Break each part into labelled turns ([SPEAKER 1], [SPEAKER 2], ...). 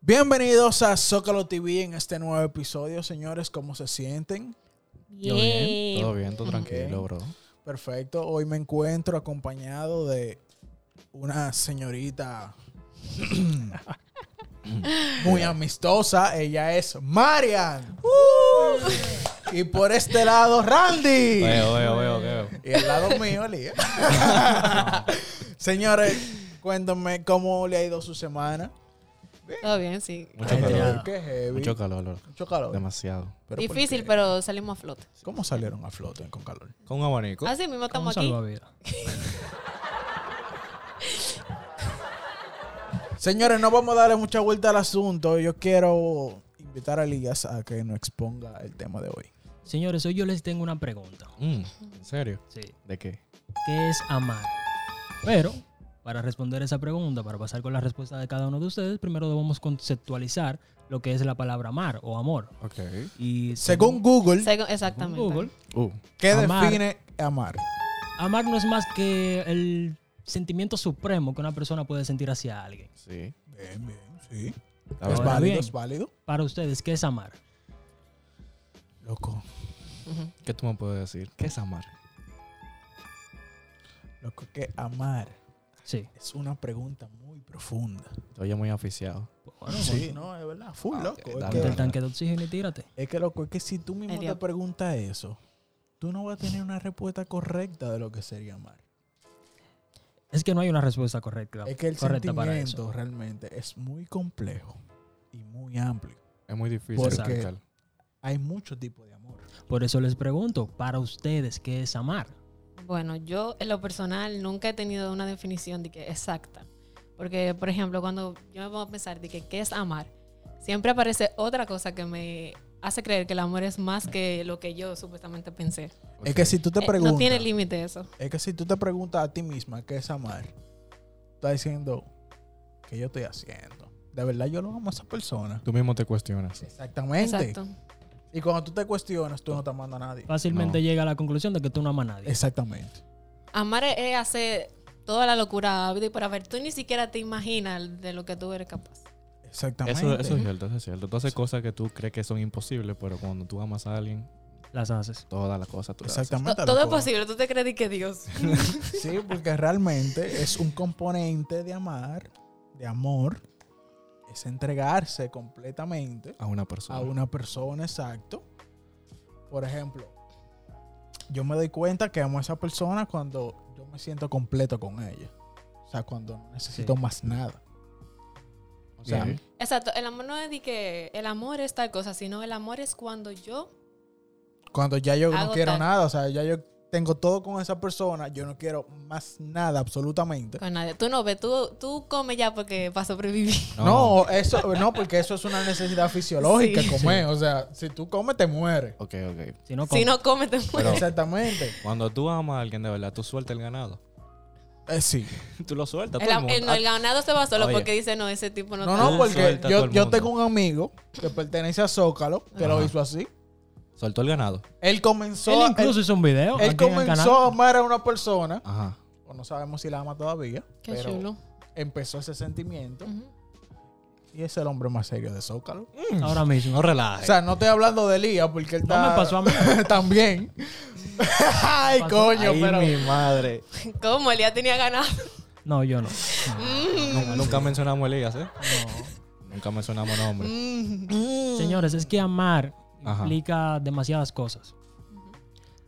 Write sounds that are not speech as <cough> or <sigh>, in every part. [SPEAKER 1] Bienvenidos a Zócalo TV en este nuevo episodio, señores. ¿Cómo se sienten?
[SPEAKER 2] Todo bien, todo bien, todo tranquilo, bro.
[SPEAKER 1] Perfecto. Hoy me encuentro acompañado de una señorita <clears throat> muy amistosa. Ella es Marian. Y por este lado, Randy.
[SPEAKER 2] Veo, veo, veo, veo.
[SPEAKER 1] Y al lado mío, Lía.
[SPEAKER 2] <laughs>
[SPEAKER 1] Señores, cuéntame cómo le ha ido su semana.
[SPEAKER 3] Todo bien, sí.
[SPEAKER 2] Mucho
[SPEAKER 1] Ay,
[SPEAKER 2] calor.
[SPEAKER 1] Qué heavy.
[SPEAKER 2] Mucho calor, bro.
[SPEAKER 1] Mucho calor.
[SPEAKER 2] Demasiado.
[SPEAKER 1] Pero ¿por
[SPEAKER 3] Difícil,
[SPEAKER 1] qué?
[SPEAKER 3] pero salimos a flote.
[SPEAKER 1] ¿Cómo salieron a flote con calor?
[SPEAKER 2] Con un abanico.
[SPEAKER 3] Así mismo estamos aquí.
[SPEAKER 1] Señores, no vamos a darle mucha vuelta al asunto. Yo quiero invitar a Elías a que nos exponga el tema de hoy.
[SPEAKER 4] Señores, hoy yo les tengo una pregunta.
[SPEAKER 2] Mm, ¿En serio?
[SPEAKER 4] Sí.
[SPEAKER 2] ¿De qué?
[SPEAKER 4] ¿Qué es amar? Pero, para responder esa pregunta, para pasar con la respuesta de cada uno de ustedes, primero debemos conceptualizar lo que es la palabra amar o amor.
[SPEAKER 2] Ok.
[SPEAKER 4] Y
[SPEAKER 1] Según Google,
[SPEAKER 3] Segu- Exactamente.
[SPEAKER 4] Google,
[SPEAKER 2] Uh,
[SPEAKER 1] ¿qué
[SPEAKER 4] amar.
[SPEAKER 1] define amar?
[SPEAKER 4] amar no es más que el sentimiento supremo que una persona puede sentir hacia alguien.
[SPEAKER 2] sí.
[SPEAKER 1] Bien, bien, sí.
[SPEAKER 2] Está
[SPEAKER 1] Es
[SPEAKER 4] Ahora
[SPEAKER 2] bueno.
[SPEAKER 1] válido,
[SPEAKER 4] bien.
[SPEAKER 1] es válido.
[SPEAKER 4] Para ustedes, ¿qué es amar?
[SPEAKER 1] Loco,
[SPEAKER 2] ¿Qué tú me puedes decir? ¿Qué es amar?
[SPEAKER 1] loco, que amar
[SPEAKER 4] Sí.
[SPEAKER 1] es una pregunta muy profunda.
[SPEAKER 2] Te oye muy aficiado.
[SPEAKER 4] Bueno,
[SPEAKER 1] sí, no, es verdad. Full,
[SPEAKER 2] Ah,
[SPEAKER 1] loco. Es
[SPEAKER 2] dale,
[SPEAKER 4] ponte
[SPEAKER 1] que,
[SPEAKER 4] el tanque de oxígeno y tírate.
[SPEAKER 1] es que, loco, es que si tú mismo
[SPEAKER 3] El
[SPEAKER 1] te
[SPEAKER 3] diablo.
[SPEAKER 1] preguntas eso, tú no vas a tener una respuesta correcta de lo que sería amar.
[SPEAKER 4] Es que no hay una respuesta correcta,
[SPEAKER 1] Es que el
[SPEAKER 4] correcta para
[SPEAKER 1] sentimiento
[SPEAKER 4] eso.
[SPEAKER 1] realmente es muy complejo y muy amplio.
[SPEAKER 2] Es muy difícil
[SPEAKER 1] Porque-
[SPEAKER 2] explicar.
[SPEAKER 1] Hay muchos tipos de amor.
[SPEAKER 4] Por eso les pregunto, para ustedes, ¿qué es amar?
[SPEAKER 3] Bueno, yo en lo personal nunca he tenido una definición de que exacta. Porque, por ejemplo, cuando yo me pongo a pensar de que qué es amar, siempre aparece otra cosa que me hace creer que el amor es más que lo que yo supuestamente pensé.
[SPEAKER 1] Es que si tú te
[SPEAKER 3] Eh,
[SPEAKER 1] preguntas,
[SPEAKER 3] no tiene límite eso.
[SPEAKER 1] es que si tú te preguntas a ti misma qué es amar, estás diciendo que yo estoy haciendo. De verdad yo lo amo a esa persona.
[SPEAKER 2] Tú mismo te cuestionas.
[SPEAKER 1] Exactamente.
[SPEAKER 3] Exacto.
[SPEAKER 1] Y cuando tú te cuestionas, tú no te amas a nadie.
[SPEAKER 4] Fácilmente
[SPEAKER 2] No.
[SPEAKER 4] llega a la conclusión de que tú no amas a nadie.
[SPEAKER 1] Exactamente.
[SPEAKER 3] Amar es- es hacer toda la locura vida y por haber. Tú ni siquiera te imaginas de lo que tú eres capaz.
[SPEAKER 1] Exactamente.
[SPEAKER 2] Eso, eso es cierto, eso es cierto. Tú haces cosas que tú crees que son imposibles, pero cuando tú amas a alguien,
[SPEAKER 4] Las haces.
[SPEAKER 2] todas las cosas tú las haces.
[SPEAKER 3] To-
[SPEAKER 1] Exactamente.
[SPEAKER 3] Todo es
[SPEAKER 1] loco.
[SPEAKER 3] posible. Tú te crees de que Dios.
[SPEAKER 1] Sí, porque realmente es un componente de amar, de amor, es entregarse completamente
[SPEAKER 2] A una persona.
[SPEAKER 1] a una persona, exacto. Por ejemplo, yo me doy cuenta que amo a esa persona cuando yo me siento completo con ella. O sea, cuando no necesito
[SPEAKER 4] Sí.
[SPEAKER 1] más nada. O sea,
[SPEAKER 2] Bien.
[SPEAKER 3] Exacto, el amor no es de que el amor es tal cosa, sino el amor es cuando yo,
[SPEAKER 1] cuando ya yo no
[SPEAKER 3] Hago
[SPEAKER 1] quiero
[SPEAKER 3] tal.
[SPEAKER 1] nada, o sea, ya yo tengo todo con esa persona, yo no quiero más nada absolutamente.
[SPEAKER 3] con nadie, tú no ves, tú, tú comes ya porque para sobrevivir.
[SPEAKER 1] No, eso no, porque eso es una necesidad fisiológica
[SPEAKER 3] Sí.
[SPEAKER 1] comer, o sea, si tú comes te mueres.
[SPEAKER 2] Ok, ok.
[SPEAKER 4] Si no,
[SPEAKER 3] <laughs>
[SPEAKER 4] ¿cómo?
[SPEAKER 3] Si no comes, te mueres.
[SPEAKER 1] Exactamente.
[SPEAKER 2] Cuando tú amas a alguien de verdad, tú sueltas el ganado. <laughs>
[SPEAKER 1] Eh, sí.
[SPEAKER 2] Tú lo sueltas.
[SPEAKER 3] El,
[SPEAKER 2] todo el
[SPEAKER 3] am- el-
[SPEAKER 2] mundo.
[SPEAKER 3] no, el ganado se va solo
[SPEAKER 2] Oye.
[SPEAKER 3] porque dice, no, ese tipo no,
[SPEAKER 1] No,
[SPEAKER 3] está-
[SPEAKER 1] no,
[SPEAKER 2] Tú
[SPEAKER 1] porque
[SPEAKER 2] sueltas todo
[SPEAKER 1] yo,
[SPEAKER 2] el
[SPEAKER 1] yo
[SPEAKER 2] mundo.
[SPEAKER 1] tengo un amigo que pertenece a Zócalo, que lo
[SPEAKER 2] Ajá.
[SPEAKER 1] hizo así.
[SPEAKER 2] Soltó el ganado.
[SPEAKER 1] Él comenzó,
[SPEAKER 4] Él
[SPEAKER 1] él-
[SPEAKER 4] incluso hizo un video.
[SPEAKER 1] él
[SPEAKER 4] aquí en el
[SPEAKER 1] comenzó a
[SPEAKER 4] canal.
[SPEAKER 1] amar a una persona,
[SPEAKER 2] Ajá.
[SPEAKER 1] o no sabemos si la ama todavía,
[SPEAKER 3] Qué
[SPEAKER 1] pues, pero
[SPEAKER 3] chulo. <laughs>
[SPEAKER 1] empezó ese sentimiento
[SPEAKER 3] Ujú.
[SPEAKER 1] y es el hombre más serio de Zócalo.
[SPEAKER 4] Ahora mismo.
[SPEAKER 2] No relajes.
[SPEAKER 1] O sea, no estoy hablando de Elías porque él
[SPEAKER 4] Mm. No
[SPEAKER 1] está-
[SPEAKER 4] me pasó a mí.
[SPEAKER 1] <laughs> también. Ay,
[SPEAKER 4] Pasó-
[SPEAKER 1] coño, pero
[SPEAKER 2] madre.
[SPEAKER 3] ¿Cómo? Él ya tenía ganado.
[SPEAKER 4] No, yo no.
[SPEAKER 2] Nunca, nunca mencionamos Elías, ¿eh? Nunca mencionamos nombres.
[SPEAKER 1] Mm-hmm.
[SPEAKER 4] Señores, es que amar
[SPEAKER 2] Ajá.
[SPEAKER 4] implica demasiadas cosas.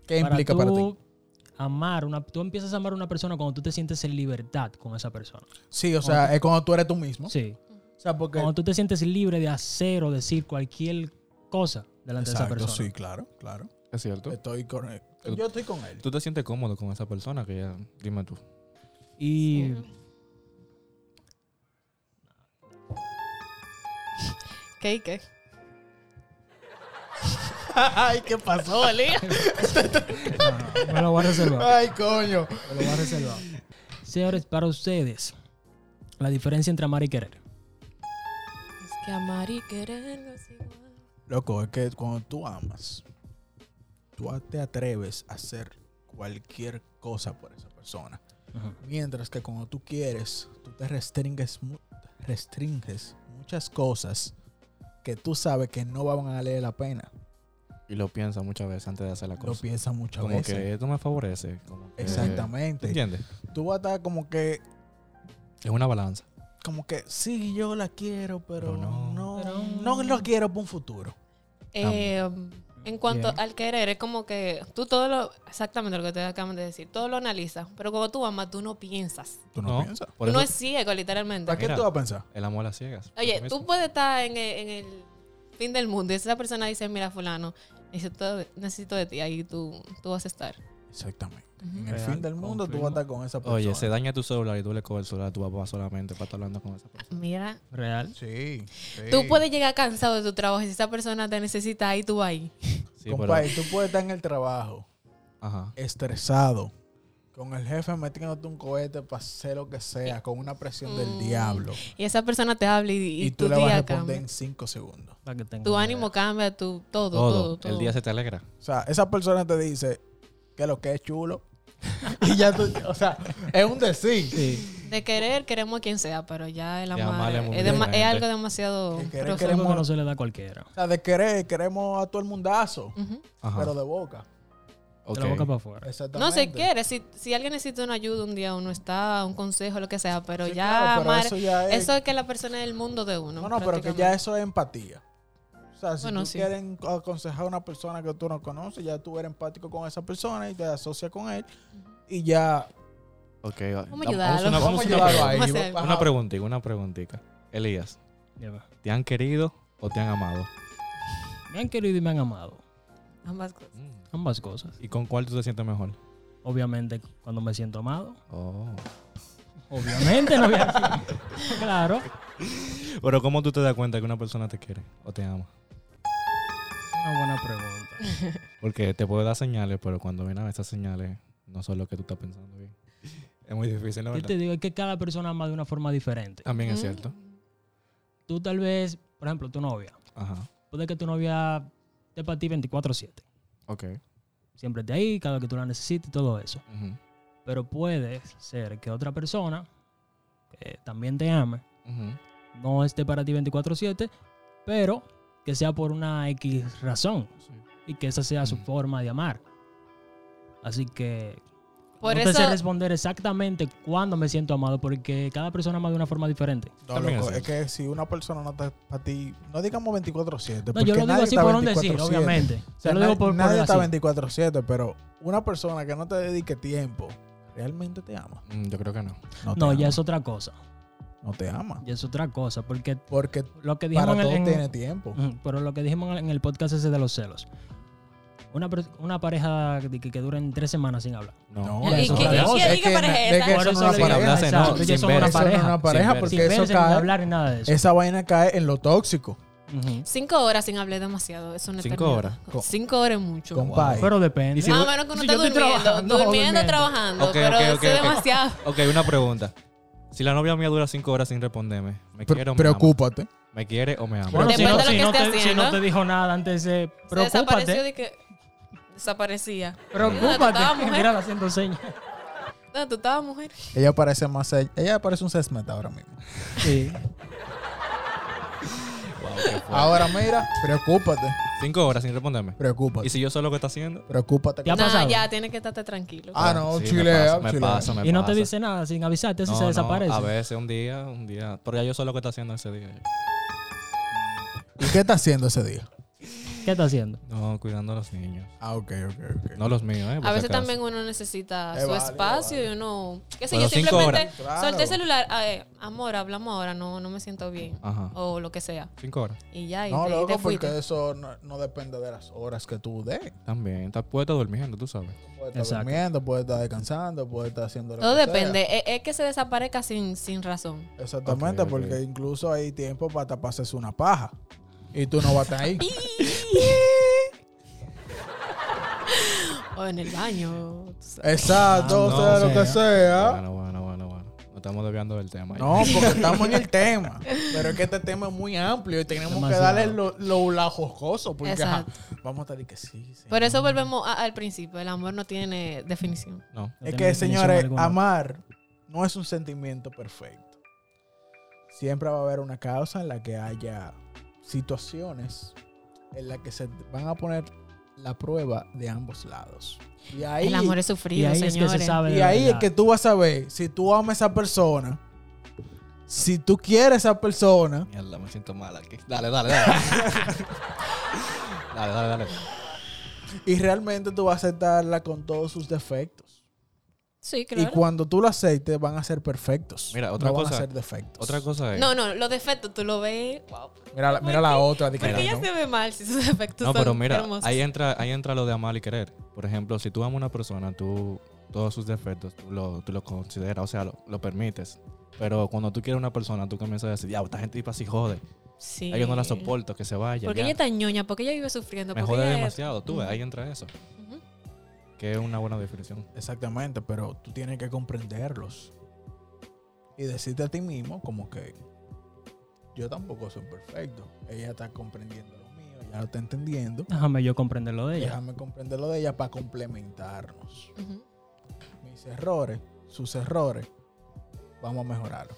[SPEAKER 1] ¿Qué implica para ti?
[SPEAKER 4] tú Amar una, tú empiezas a amar a una persona cuando tú te sientes en libertad con esa persona.
[SPEAKER 1] Sí, o sea, es cuando tú eres tú mismo.
[SPEAKER 4] Sí.
[SPEAKER 1] O sea, porque.
[SPEAKER 4] Cuando tú te sientes libre de hacer o decir cualquier cosa delante de
[SPEAKER 1] Exacto,
[SPEAKER 4] esa persona.
[SPEAKER 1] sí, claro, claro.
[SPEAKER 2] Es cierto.
[SPEAKER 1] Estoy con él.
[SPEAKER 2] Tú-
[SPEAKER 1] Yo estoy con él.
[SPEAKER 2] Tú te sientes cómodo con esa persona que ya, dime tú.
[SPEAKER 4] Y
[SPEAKER 3] ¿Qué y qué?
[SPEAKER 1] Ay, ¿qué pasó, Elías?
[SPEAKER 4] <laughs> no, me lo voy a reservar.
[SPEAKER 1] Ay, coño.
[SPEAKER 4] Me lo voy a reservar. Señores, para ustedes, la diferencia entre amar y querer.
[SPEAKER 3] Es que amar y querer no es igual.
[SPEAKER 1] Loco, es que cuando tú amas, tú a- te atreves a hacer cualquier cosa por esa persona. Mientras que cuando tú quieres, tú te restringes, mu- restringes muchas cosas que tú sabes que no van a valer la pena.
[SPEAKER 2] Y lo piensas muchas veces antes de hacer la cosa.
[SPEAKER 1] Lo piensas muchas
[SPEAKER 2] como
[SPEAKER 1] veces.
[SPEAKER 2] que eh, esto me favorece. como que-
[SPEAKER 1] Exactamente.
[SPEAKER 2] ¿Entiendes?
[SPEAKER 1] Tú vas a estar como que,
[SPEAKER 2] Es una balanza.
[SPEAKER 1] como que, sí, yo la quiero, pero,
[SPEAKER 2] Pero no.
[SPEAKER 1] no, no, lo quiero para un futuro.
[SPEAKER 3] Eh, en cuanto
[SPEAKER 4] Bien.
[SPEAKER 3] al querer, es como que tú todo lo, exactamente lo que te acaban de decir, todo lo analizas, pero cuando tú amas, tú no piensas.
[SPEAKER 1] ¿Tú no, piensas?
[SPEAKER 2] Por
[SPEAKER 3] Tú no
[SPEAKER 2] eso
[SPEAKER 3] es ciego, literalmente.
[SPEAKER 1] ¿Para qué
[SPEAKER 2] Mira.
[SPEAKER 1] tú vas a pensar?
[SPEAKER 2] El amor a las ciegas.
[SPEAKER 3] Oye,
[SPEAKER 2] Eso
[SPEAKER 3] tú
[SPEAKER 2] mismo.
[SPEAKER 3] puedes estar en el, en el fin del mundo y esa persona dice, mira, fulano, necesito, de- necesito de ti, ahí tú, tú vas a estar.
[SPEAKER 1] Exactamente. En el
[SPEAKER 2] Real,
[SPEAKER 1] fin del mundo tú
[SPEAKER 2] confirmo.
[SPEAKER 1] vas a estar con esa persona.
[SPEAKER 2] Oye, se daña tu celular y tú le coges el celular a tu papá solamente para estar hablando con esa persona.
[SPEAKER 3] Mira,
[SPEAKER 4] Real.
[SPEAKER 1] Sí.
[SPEAKER 3] tú puedes llegar cansado de tu trabajo y si esa persona te necesita, ahí tú vas ahí.
[SPEAKER 2] Sí,
[SPEAKER 1] Compadre, tú puedes estar en el trabajo,
[SPEAKER 2] Ajá.
[SPEAKER 1] estresado, con el jefe metiéndote un cohete para hacer lo que sea, con una presión del diablo.
[SPEAKER 3] Y esa persona te habla y, Mm. y
[SPEAKER 1] Y, tú
[SPEAKER 3] tu
[SPEAKER 1] le vas a
[SPEAKER 3] día
[SPEAKER 1] responder
[SPEAKER 3] cambia.
[SPEAKER 1] en cinco segundos.
[SPEAKER 4] Para que tengan
[SPEAKER 3] Tu
[SPEAKER 4] una
[SPEAKER 3] ánimo cambia, tu, todo,
[SPEAKER 2] Todo.
[SPEAKER 3] todo, todo,
[SPEAKER 2] El día se te alegra.
[SPEAKER 1] O sea, esa persona te dice que lo que es
[SPEAKER 3] <laughs>
[SPEAKER 1] chulo. <laughs> y ya tú, o sea, es un decir.
[SPEAKER 3] De querer, queremos a quien sea, pero ya el
[SPEAKER 2] Ya
[SPEAKER 3] amar
[SPEAKER 2] amarle
[SPEAKER 3] es,
[SPEAKER 2] muy
[SPEAKER 3] es dema-
[SPEAKER 2] diferente.
[SPEAKER 3] es algo demasiado...
[SPEAKER 1] Que querer,
[SPEAKER 3] profundo.
[SPEAKER 4] idea. Algo que
[SPEAKER 1] queremos,
[SPEAKER 4] no se le da a cualquiera.
[SPEAKER 1] o sea, de querer, queremos a todo el mundazo,
[SPEAKER 3] Ujú.
[SPEAKER 2] Ajá.
[SPEAKER 1] pero de boca.
[SPEAKER 2] Ok.
[SPEAKER 4] De la boca para afuera.
[SPEAKER 1] Exactamente.
[SPEAKER 3] No se quiere, si, si alguien necesita una ayuda un día, uno está, un consejo, lo que sea, pero
[SPEAKER 1] Sí,
[SPEAKER 3] ya
[SPEAKER 1] claro, pero
[SPEAKER 3] amar,
[SPEAKER 1] eso
[SPEAKER 3] eso,
[SPEAKER 1] ya es-
[SPEAKER 3] es que la persona es el mundo de uno.
[SPEAKER 1] No, no, pero que ya eso es empatía. O sea, si
[SPEAKER 3] Bueno,
[SPEAKER 1] tú
[SPEAKER 3] sí.
[SPEAKER 1] quieres aconsejar a una persona que tú no conoces, ya tú eres empático con esa persona y te asocias con él y ya
[SPEAKER 2] Ok.
[SPEAKER 3] Vamos a
[SPEAKER 2] Vamos a
[SPEAKER 3] ayudarlo.
[SPEAKER 2] hacer una-
[SPEAKER 1] Vamos
[SPEAKER 2] vamos
[SPEAKER 1] a
[SPEAKER 2] a hacer una
[SPEAKER 1] ayudarlo
[SPEAKER 2] pregunta.
[SPEAKER 1] ahí.
[SPEAKER 3] Vamos a hacer algo.
[SPEAKER 1] Ajá.
[SPEAKER 2] Una preguntita, una preguntica. Elías,
[SPEAKER 4] Ya va.
[SPEAKER 2] ¿te han querido o te han amado?
[SPEAKER 4] Me han querido y me han amado.
[SPEAKER 3] Ambas cosas.
[SPEAKER 1] Mm.
[SPEAKER 4] Ambas cosas.
[SPEAKER 2] ¿Y con cuál tú te sientes mejor?
[SPEAKER 4] Obviamente, cuando me siento amado.
[SPEAKER 2] Oh.
[SPEAKER 4] Obviamente no voy a decir. <laughs> Claro.
[SPEAKER 2] Pero ¿cómo tú te das cuenta que una persona te quiere o te ama?
[SPEAKER 4] Una buena pregunta.
[SPEAKER 2] Porque te puede dar señales, pero cuando vienen esas señales, no son lo que tú estás pensando bien. Es muy difícil, ¿no?
[SPEAKER 4] Yo te digo, es que cada persona ama de una forma diferente.
[SPEAKER 2] También es cierto.
[SPEAKER 4] Tú tal vez, por ejemplo, tu novia.
[SPEAKER 2] Ajá.
[SPEAKER 4] Puede que tu novia esté para ti 24-7.
[SPEAKER 2] Ok.
[SPEAKER 4] Siempre esté ahí, cada vez que tú la necesites y todo eso.
[SPEAKER 2] Ujú.
[SPEAKER 4] Pero puede ser que otra persona que también te ame
[SPEAKER 2] Ujú.
[SPEAKER 4] no esté para ti 24-7, pero que sea por una X razón y que esa sea su forma de amar. Así que
[SPEAKER 3] Por
[SPEAKER 4] no te sé
[SPEAKER 3] eso,
[SPEAKER 4] responder exactamente cuándo me siento amado, porque cada persona ama de una forma diferente.
[SPEAKER 1] No,
[SPEAKER 2] También
[SPEAKER 1] loco,
[SPEAKER 2] es
[SPEAKER 1] es que si una persona no está para ti, no digamos
[SPEAKER 4] No,
[SPEAKER 1] 24-7.
[SPEAKER 4] yo
[SPEAKER 1] porque
[SPEAKER 4] lo digo
[SPEAKER 1] nadie
[SPEAKER 4] así
[SPEAKER 1] está
[SPEAKER 4] por un decir,
[SPEAKER 1] 24/7.
[SPEAKER 4] obviamente.
[SPEAKER 1] O sea,
[SPEAKER 4] yo lo digo
[SPEAKER 1] na-
[SPEAKER 4] por, por
[SPEAKER 1] nadie
[SPEAKER 4] así.
[SPEAKER 1] está 24-7, pero una persona que no te dedique tiempo, realmente te ama.
[SPEAKER 2] Mm, Yo creo que no.
[SPEAKER 1] No, te
[SPEAKER 4] No,
[SPEAKER 1] ama.
[SPEAKER 4] ya es otra cosa.
[SPEAKER 1] No te ama.
[SPEAKER 4] Ya es otra cosa, porque
[SPEAKER 1] Porque
[SPEAKER 4] lo que dijimos
[SPEAKER 1] para
[SPEAKER 4] en el-
[SPEAKER 1] todo
[SPEAKER 4] en-
[SPEAKER 1] tiene tiempo.
[SPEAKER 4] Ujú, Pero lo que dijimos en el podcast ese de los celos. Una, pers- una pareja de que, que duren tres semanas sin hablar.
[SPEAKER 2] No.
[SPEAKER 4] Ya,
[SPEAKER 3] ¿Y
[SPEAKER 4] eso
[SPEAKER 3] qué-
[SPEAKER 4] es otra
[SPEAKER 3] y
[SPEAKER 4] cosa.
[SPEAKER 3] qué
[SPEAKER 1] Es
[SPEAKER 3] diga
[SPEAKER 1] que
[SPEAKER 3] pareja
[SPEAKER 1] na-
[SPEAKER 3] esa?
[SPEAKER 1] es que
[SPEAKER 4] Por
[SPEAKER 1] eso no es
[SPEAKER 4] le
[SPEAKER 1] una
[SPEAKER 4] digo,
[SPEAKER 2] pareja. Sin
[SPEAKER 4] exacto,
[SPEAKER 2] verse,
[SPEAKER 4] ellos son
[SPEAKER 2] sin
[SPEAKER 4] una
[SPEAKER 2] verse.
[SPEAKER 1] Eso no es
[SPEAKER 4] pareja.
[SPEAKER 1] una pareja
[SPEAKER 2] verse.
[SPEAKER 4] Sin
[SPEAKER 1] porque eso
[SPEAKER 4] verse, ni
[SPEAKER 1] cae,
[SPEAKER 4] hablar ni nada de eso.
[SPEAKER 1] esa vaina cae en lo tóxico.
[SPEAKER 4] Ujú.
[SPEAKER 3] cinco horas sin hablar demasiado, es una
[SPEAKER 2] Cinco
[SPEAKER 3] eternidad.
[SPEAKER 2] horas.
[SPEAKER 3] Co- Cinco horas es mucho.
[SPEAKER 1] Compadre.
[SPEAKER 4] Pero depende.
[SPEAKER 3] Más o menos Ah, que uno
[SPEAKER 4] Si
[SPEAKER 3] está
[SPEAKER 4] yo estoy
[SPEAKER 3] durmiendo,
[SPEAKER 4] trabajando,
[SPEAKER 3] durmiendo,
[SPEAKER 4] durmiendo.
[SPEAKER 3] trabajando,
[SPEAKER 2] Ok,
[SPEAKER 3] pero
[SPEAKER 2] ok,
[SPEAKER 3] eso
[SPEAKER 2] ok,
[SPEAKER 3] es
[SPEAKER 2] ok.
[SPEAKER 3] demasiado.
[SPEAKER 2] Ok, una pregunta. Si la novia mía dura cinco horas sin responderme, ¿me
[SPEAKER 1] Pre-
[SPEAKER 2] quiere o me ama?
[SPEAKER 1] preocúpate.
[SPEAKER 2] ¿Me quiere o me ama?
[SPEAKER 4] Bueno, si
[SPEAKER 3] Depende
[SPEAKER 4] no,
[SPEAKER 3] de lo
[SPEAKER 4] si
[SPEAKER 3] que
[SPEAKER 4] no
[SPEAKER 3] esté
[SPEAKER 4] te, si
[SPEAKER 3] haciendo.
[SPEAKER 4] no te dijo nada antes de...
[SPEAKER 3] Se desapareció
[SPEAKER 4] Preocúpate.
[SPEAKER 3] de que... Desaparecía. ¿Dónde tú estabas,
[SPEAKER 4] Preocúpate.
[SPEAKER 3] mujer?
[SPEAKER 4] Mírala haciendo señas.
[SPEAKER 3] ¿Dónde tú estabas, mujer?
[SPEAKER 1] Ella parece más. Ella parece un sesmeta ahora mismo.
[SPEAKER 4] Sí.
[SPEAKER 2] Wow,
[SPEAKER 1] Ahora mira, preocúpate,
[SPEAKER 2] Cinco horas sin responderme.
[SPEAKER 1] preocúpate,
[SPEAKER 2] Y si yo sé lo que está haciendo.
[SPEAKER 1] preocúpate.
[SPEAKER 4] Ya- ha pasado?
[SPEAKER 3] ya, tienes que estarte tranquilo.
[SPEAKER 1] Ah, no,
[SPEAKER 2] sí,
[SPEAKER 1] chilea,
[SPEAKER 2] Me pasa, me
[SPEAKER 1] chilea.
[SPEAKER 2] pasa, me
[SPEAKER 4] Y no te
[SPEAKER 2] pasa.
[SPEAKER 4] dice nada sin avisarte si
[SPEAKER 2] No,
[SPEAKER 4] se
[SPEAKER 2] no,
[SPEAKER 4] desaparece.
[SPEAKER 2] a veces, un día, un día. Pero ya yo sé lo que está haciendo ese día.
[SPEAKER 1] ¿Y qué está haciendo ese día?
[SPEAKER 4] ¿Qué está haciendo?
[SPEAKER 2] No, cuidando a los niños.
[SPEAKER 1] Ah, ok, ok, ok.
[SPEAKER 2] No los míos, ¿eh? por
[SPEAKER 3] A
[SPEAKER 2] si
[SPEAKER 3] veces
[SPEAKER 2] acaso.
[SPEAKER 3] también uno necesita
[SPEAKER 1] Es
[SPEAKER 3] su
[SPEAKER 1] válido,
[SPEAKER 3] espacio
[SPEAKER 1] válido.
[SPEAKER 3] y uno, qué sé
[SPEAKER 2] Pero
[SPEAKER 3] yo,
[SPEAKER 2] cinco
[SPEAKER 3] simplemente
[SPEAKER 1] horas.
[SPEAKER 3] solté
[SPEAKER 1] Claro.
[SPEAKER 3] el celular, "Ay, amor, hablamos ahora, no, no me siento bien.
[SPEAKER 2] Ajá.
[SPEAKER 3] O lo que sea.
[SPEAKER 2] Cinco horas.
[SPEAKER 3] Y ya, y
[SPEAKER 1] No,
[SPEAKER 3] te, y
[SPEAKER 1] loco,
[SPEAKER 3] te fuiste.
[SPEAKER 1] porque eso no, no depende de las horas que tú des.
[SPEAKER 2] También. Está, puede estar durmiendo, tú sabes.
[SPEAKER 1] Puedes estar
[SPEAKER 4] Exacto.
[SPEAKER 1] durmiendo, puedes estar descansando, puedes estar haciendo lo
[SPEAKER 3] Todo
[SPEAKER 1] que sea.
[SPEAKER 3] depende. Es, es que se desaparezca sin,
[SPEAKER 4] <laughs>
[SPEAKER 3] sin razón.
[SPEAKER 1] Exactamente,
[SPEAKER 2] Ok, ok.
[SPEAKER 1] porque incluso hay tiempo para taparse una paja. Y tú no vas a estar
[SPEAKER 3] <laughs>
[SPEAKER 1] ahí.
[SPEAKER 3] O en el baño. tú sabes.
[SPEAKER 1] Exacto,
[SPEAKER 2] Ah, No,
[SPEAKER 1] sea lo que
[SPEAKER 4] sí.
[SPEAKER 1] sea.
[SPEAKER 2] Bueno, bueno, bueno, bueno. No estamos desviando del tema.
[SPEAKER 1] No, porque estamos en el tema. Pero es que este tema es muy amplio y tenemos
[SPEAKER 4] Demasiado.
[SPEAKER 1] que darle lo, lo lajoscoso, Porque ajá, vamos a estar y que sí. sí.
[SPEAKER 3] Por eso volvemos a- al principio. El amor no tiene definición.
[SPEAKER 2] No.
[SPEAKER 4] No
[SPEAKER 1] es
[SPEAKER 4] tiene
[SPEAKER 1] que,
[SPEAKER 4] definición
[SPEAKER 1] señores,
[SPEAKER 4] alguna.
[SPEAKER 1] amar no es un sentimiento perfecto. Siempre va a haber una causa en la que haya situaciones en las que se van a poner la prueba de ambos lados. Y ahí,
[SPEAKER 3] El amor es
[SPEAKER 4] Y
[SPEAKER 3] sufrido,
[SPEAKER 4] ahí es
[SPEAKER 3] señores.
[SPEAKER 4] que se sabe. de
[SPEAKER 1] y ahí es
[SPEAKER 4] verdad.
[SPEAKER 1] que tú vas a ver si tú amas a esa persona, si tú quieres a esa persona.
[SPEAKER 2] Mierda, me siento mal aquí. Dale, dale, dale. <laughs> dale, dale, dale.
[SPEAKER 1] Y realmente tú vas a aceptarla con todos sus defectos.
[SPEAKER 3] Sí,
[SPEAKER 1] Y
[SPEAKER 3] claro.
[SPEAKER 1] cuando tú la aceptes, van a ser perfectos.
[SPEAKER 2] Mira, otra
[SPEAKER 1] no van
[SPEAKER 2] cosa.
[SPEAKER 1] a ser defectos.
[SPEAKER 2] Otra cosa es.
[SPEAKER 3] No, no, los defectos tú lo ves. Wow.
[SPEAKER 1] Mira, la- mira la otra. di que
[SPEAKER 3] Porque
[SPEAKER 1] no.
[SPEAKER 3] ella se ve mal si sus defectos
[SPEAKER 2] No,
[SPEAKER 3] son
[SPEAKER 2] pero mira,
[SPEAKER 3] hermosos.
[SPEAKER 2] ahí entra, ahí entra lo de amar y querer. Por ejemplo, si tú amas a una persona, tú todos sus defectos, tú lo, tú lo consideras, o sea, lo, lo permites. Pero cuando tú quieres a una persona, tú comienzas a decir, ya, esta gente para así jode.
[SPEAKER 3] Sí.
[SPEAKER 2] Ay, Yo no la soporto, que se vaya.
[SPEAKER 3] Porque
[SPEAKER 2] ya.
[SPEAKER 3] ella está ñoña, porque ella vive sufriendo.
[SPEAKER 2] Me
[SPEAKER 3] porque
[SPEAKER 2] jode
[SPEAKER 3] ella es-
[SPEAKER 2] demasiado, tú ves, ahí entra eso.
[SPEAKER 3] Ujú.
[SPEAKER 2] Que es una buena definición.
[SPEAKER 1] Exactamente, pero tú tienes que comprenderlos. Y decirte a ti mismo como que yo tampoco soy perfecto. Ella está comprendiendo lo mío, ya lo está entendiendo.
[SPEAKER 4] Déjame yo comprender lo de ella.
[SPEAKER 1] Déjame comprender lo de ella para complementarnos.
[SPEAKER 3] Ujú.
[SPEAKER 1] Mis errores, sus errores, vamos a mejorarlo.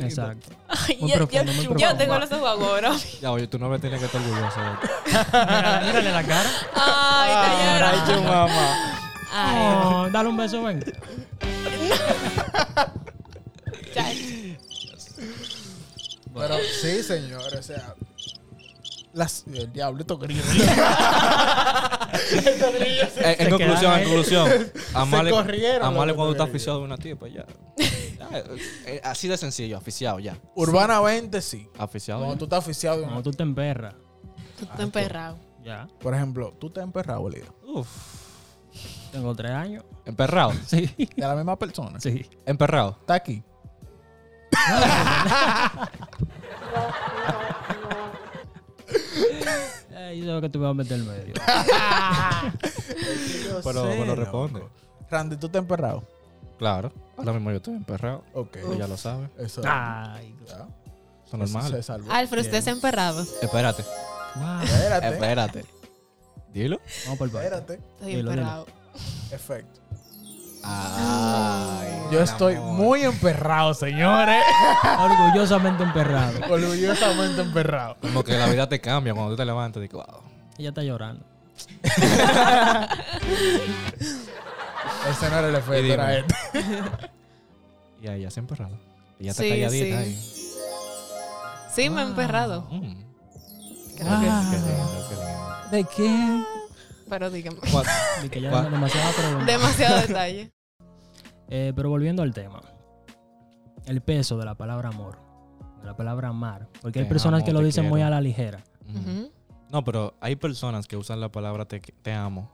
[SPEAKER 4] Exacto.
[SPEAKER 3] <laughs> Ay,
[SPEAKER 4] Muy
[SPEAKER 3] yo-
[SPEAKER 4] profundo, muy
[SPEAKER 3] yo, yo
[SPEAKER 4] profundo.
[SPEAKER 3] tengo los ojos
[SPEAKER 4] <laughs>
[SPEAKER 3] agoros.
[SPEAKER 2] Ya, oye, tú no me tienes que estar orgulloso. <laughs>
[SPEAKER 4] Mira, mírale la cara.
[SPEAKER 3] Ay, está llorando. Ay,
[SPEAKER 4] Oh, dale un beso, ven.
[SPEAKER 3] chacho.
[SPEAKER 1] Pero sí, señor, o sea. Las, el diablito gris.
[SPEAKER 4] <laughs>
[SPEAKER 2] Eh, en
[SPEAKER 4] Se
[SPEAKER 2] conclusión,
[SPEAKER 4] quedaron
[SPEAKER 2] en
[SPEAKER 4] ahí.
[SPEAKER 2] conclusión. Amale,
[SPEAKER 1] corrieron los
[SPEAKER 2] amale
[SPEAKER 1] motores.
[SPEAKER 2] cuando estás asfixiado de una tipa, <laughs> ya. Ya, eh, eh, Así de sencillo, asfixiado, ya.
[SPEAKER 1] Urbanamente sí.
[SPEAKER 2] Asfixiado.
[SPEAKER 1] Cuando
[SPEAKER 2] ya.
[SPEAKER 1] tú estás oficiado,
[SPEAKER 4] Ah, Cuando tú te emperras.
[SPEAKER 3] Tú estás emperrado.
[SPEAKER 4] Ya.
[SPEAKER 1] por ejemplo, tú te has emperrado, Lido.
[SPEAKER 2] Uf.
[SPEAKER 4] Tengo tres años.
[SPEAKER 2] <laughs> Emperrado.
[SPEAKER 4] Sí.
[SPEAKER 1] De la misma persona.
[SPEAKER 4] Sí.
[SPEAKER 2] Emperrado.
[SPEAKER 1] Está aquí.
[SPEAKER 4] Eh, yo sé que tú me vas a meter en medio.
[SPEAKER 1] sé,
[SPEAKER 2] Pero, pero
[SPEAKER 1] loco.
[SPEAKER 2] responde.
[SPEAKER 1] Randy, ¿tú te has emperrado?
[SPEAKER 2] Claro. Ahora mismo yo estoy emperrado.
[SPEAKER 1] Ok.
[SPEAKER 2] Ella lo sabe.
[SPEAKER 1] Eso.
[SPEAKER 4] Ay,
[SPEAKER 1] ya.
[SPEAKER 2] Eso es
[SPEAKER 1] Eso se
[SPEAKER 2] normal.
[SPEAKER 1] salvó.
[SPEAKER 3] <laughs> Alfred, usted
[SPEAKER 1] Bien.
[SPEAKER 3] se ha emperrado.
[SPEAKER 2] Espérate.
[SPEAKER 4] wow.
[SPEAKER 1] Espérate.
[SPEAKER 2] Espérate. Dilo.
[SPEAKER 4] Vamos por parte.
[SPEAKER 1] Espérate.
[SPEAKER 3] Estoy
[SPEAKER 4] Dilo, dilo.
[SPEAKER 3] emperrado.
[SPEAKER 1] Efecto.
[SPEAKER 2] Ay.
[SPEAKER 1] Yo estoy muy emperrado, señores.
[SPEAKER 4] <laughs> Orgullosamente emperrado.
[SPEAKER 1] Orgullosamente em- emperrado.
[SPEAKER 2] Como que la vida te cambia cuando tú te levantas. Digo, wow.
[SPEAKER 4] Ella está
[SPEAKER 1] <laughs>
[SPEAKER 4] llorando.
[SPEAKER 1] Ese no era el
[SPEAKER 2] Y
[SPEAKER 1] efecto,
[SPEAKER 2] dime.
[SPEAKER 1] era este.
[SPEAKER 4] <laughs>
[SPEAKER 2] Y ahí ya se ha emperrado. Y ya está
[SPEAKER 3] Sí,
[SPEAKER 2] calladita
[SPEAKER 3] Sí,
[SPEAKER 2] Ah,
[SPEAKER 3] me he emperrado.
[SPEAKER 2] ahí. Mm.
[SPEAKER 3] Creo que sí.
[SPEAKER 2] Qué lindo, qué lindo.
[SPEAKER 4] ¿De quién?
[SPEAKER 3] Pero dígame.
[SPEAKER 4] De que ella
[SPEAKER 2] Wow.
[SPEAKER 4] da demasiada pero bueno.
[SPEAKER 3] Demasiado detalle.
[SPEAKER 4] Eh, pero volviendo al tema. El peso de la palabra amor. De la palabra amar. Porque hay
[SPEAKER 2] Te
[SPEAKER 4] personas
[SPEAKER 2] amo,
[SPEAKER 4] que lo
[SPEAKER 2] te
[SPEAKER 4] dicen muy
[SPEAKER 2] quiero.
[SPEAKER 4] a la ligera.
[SPEAKER 2] Ujú.
[SPEAKER 3] Ujú.
[SPEAKER 2] No, pero hay personas que usan la palabra te, te amo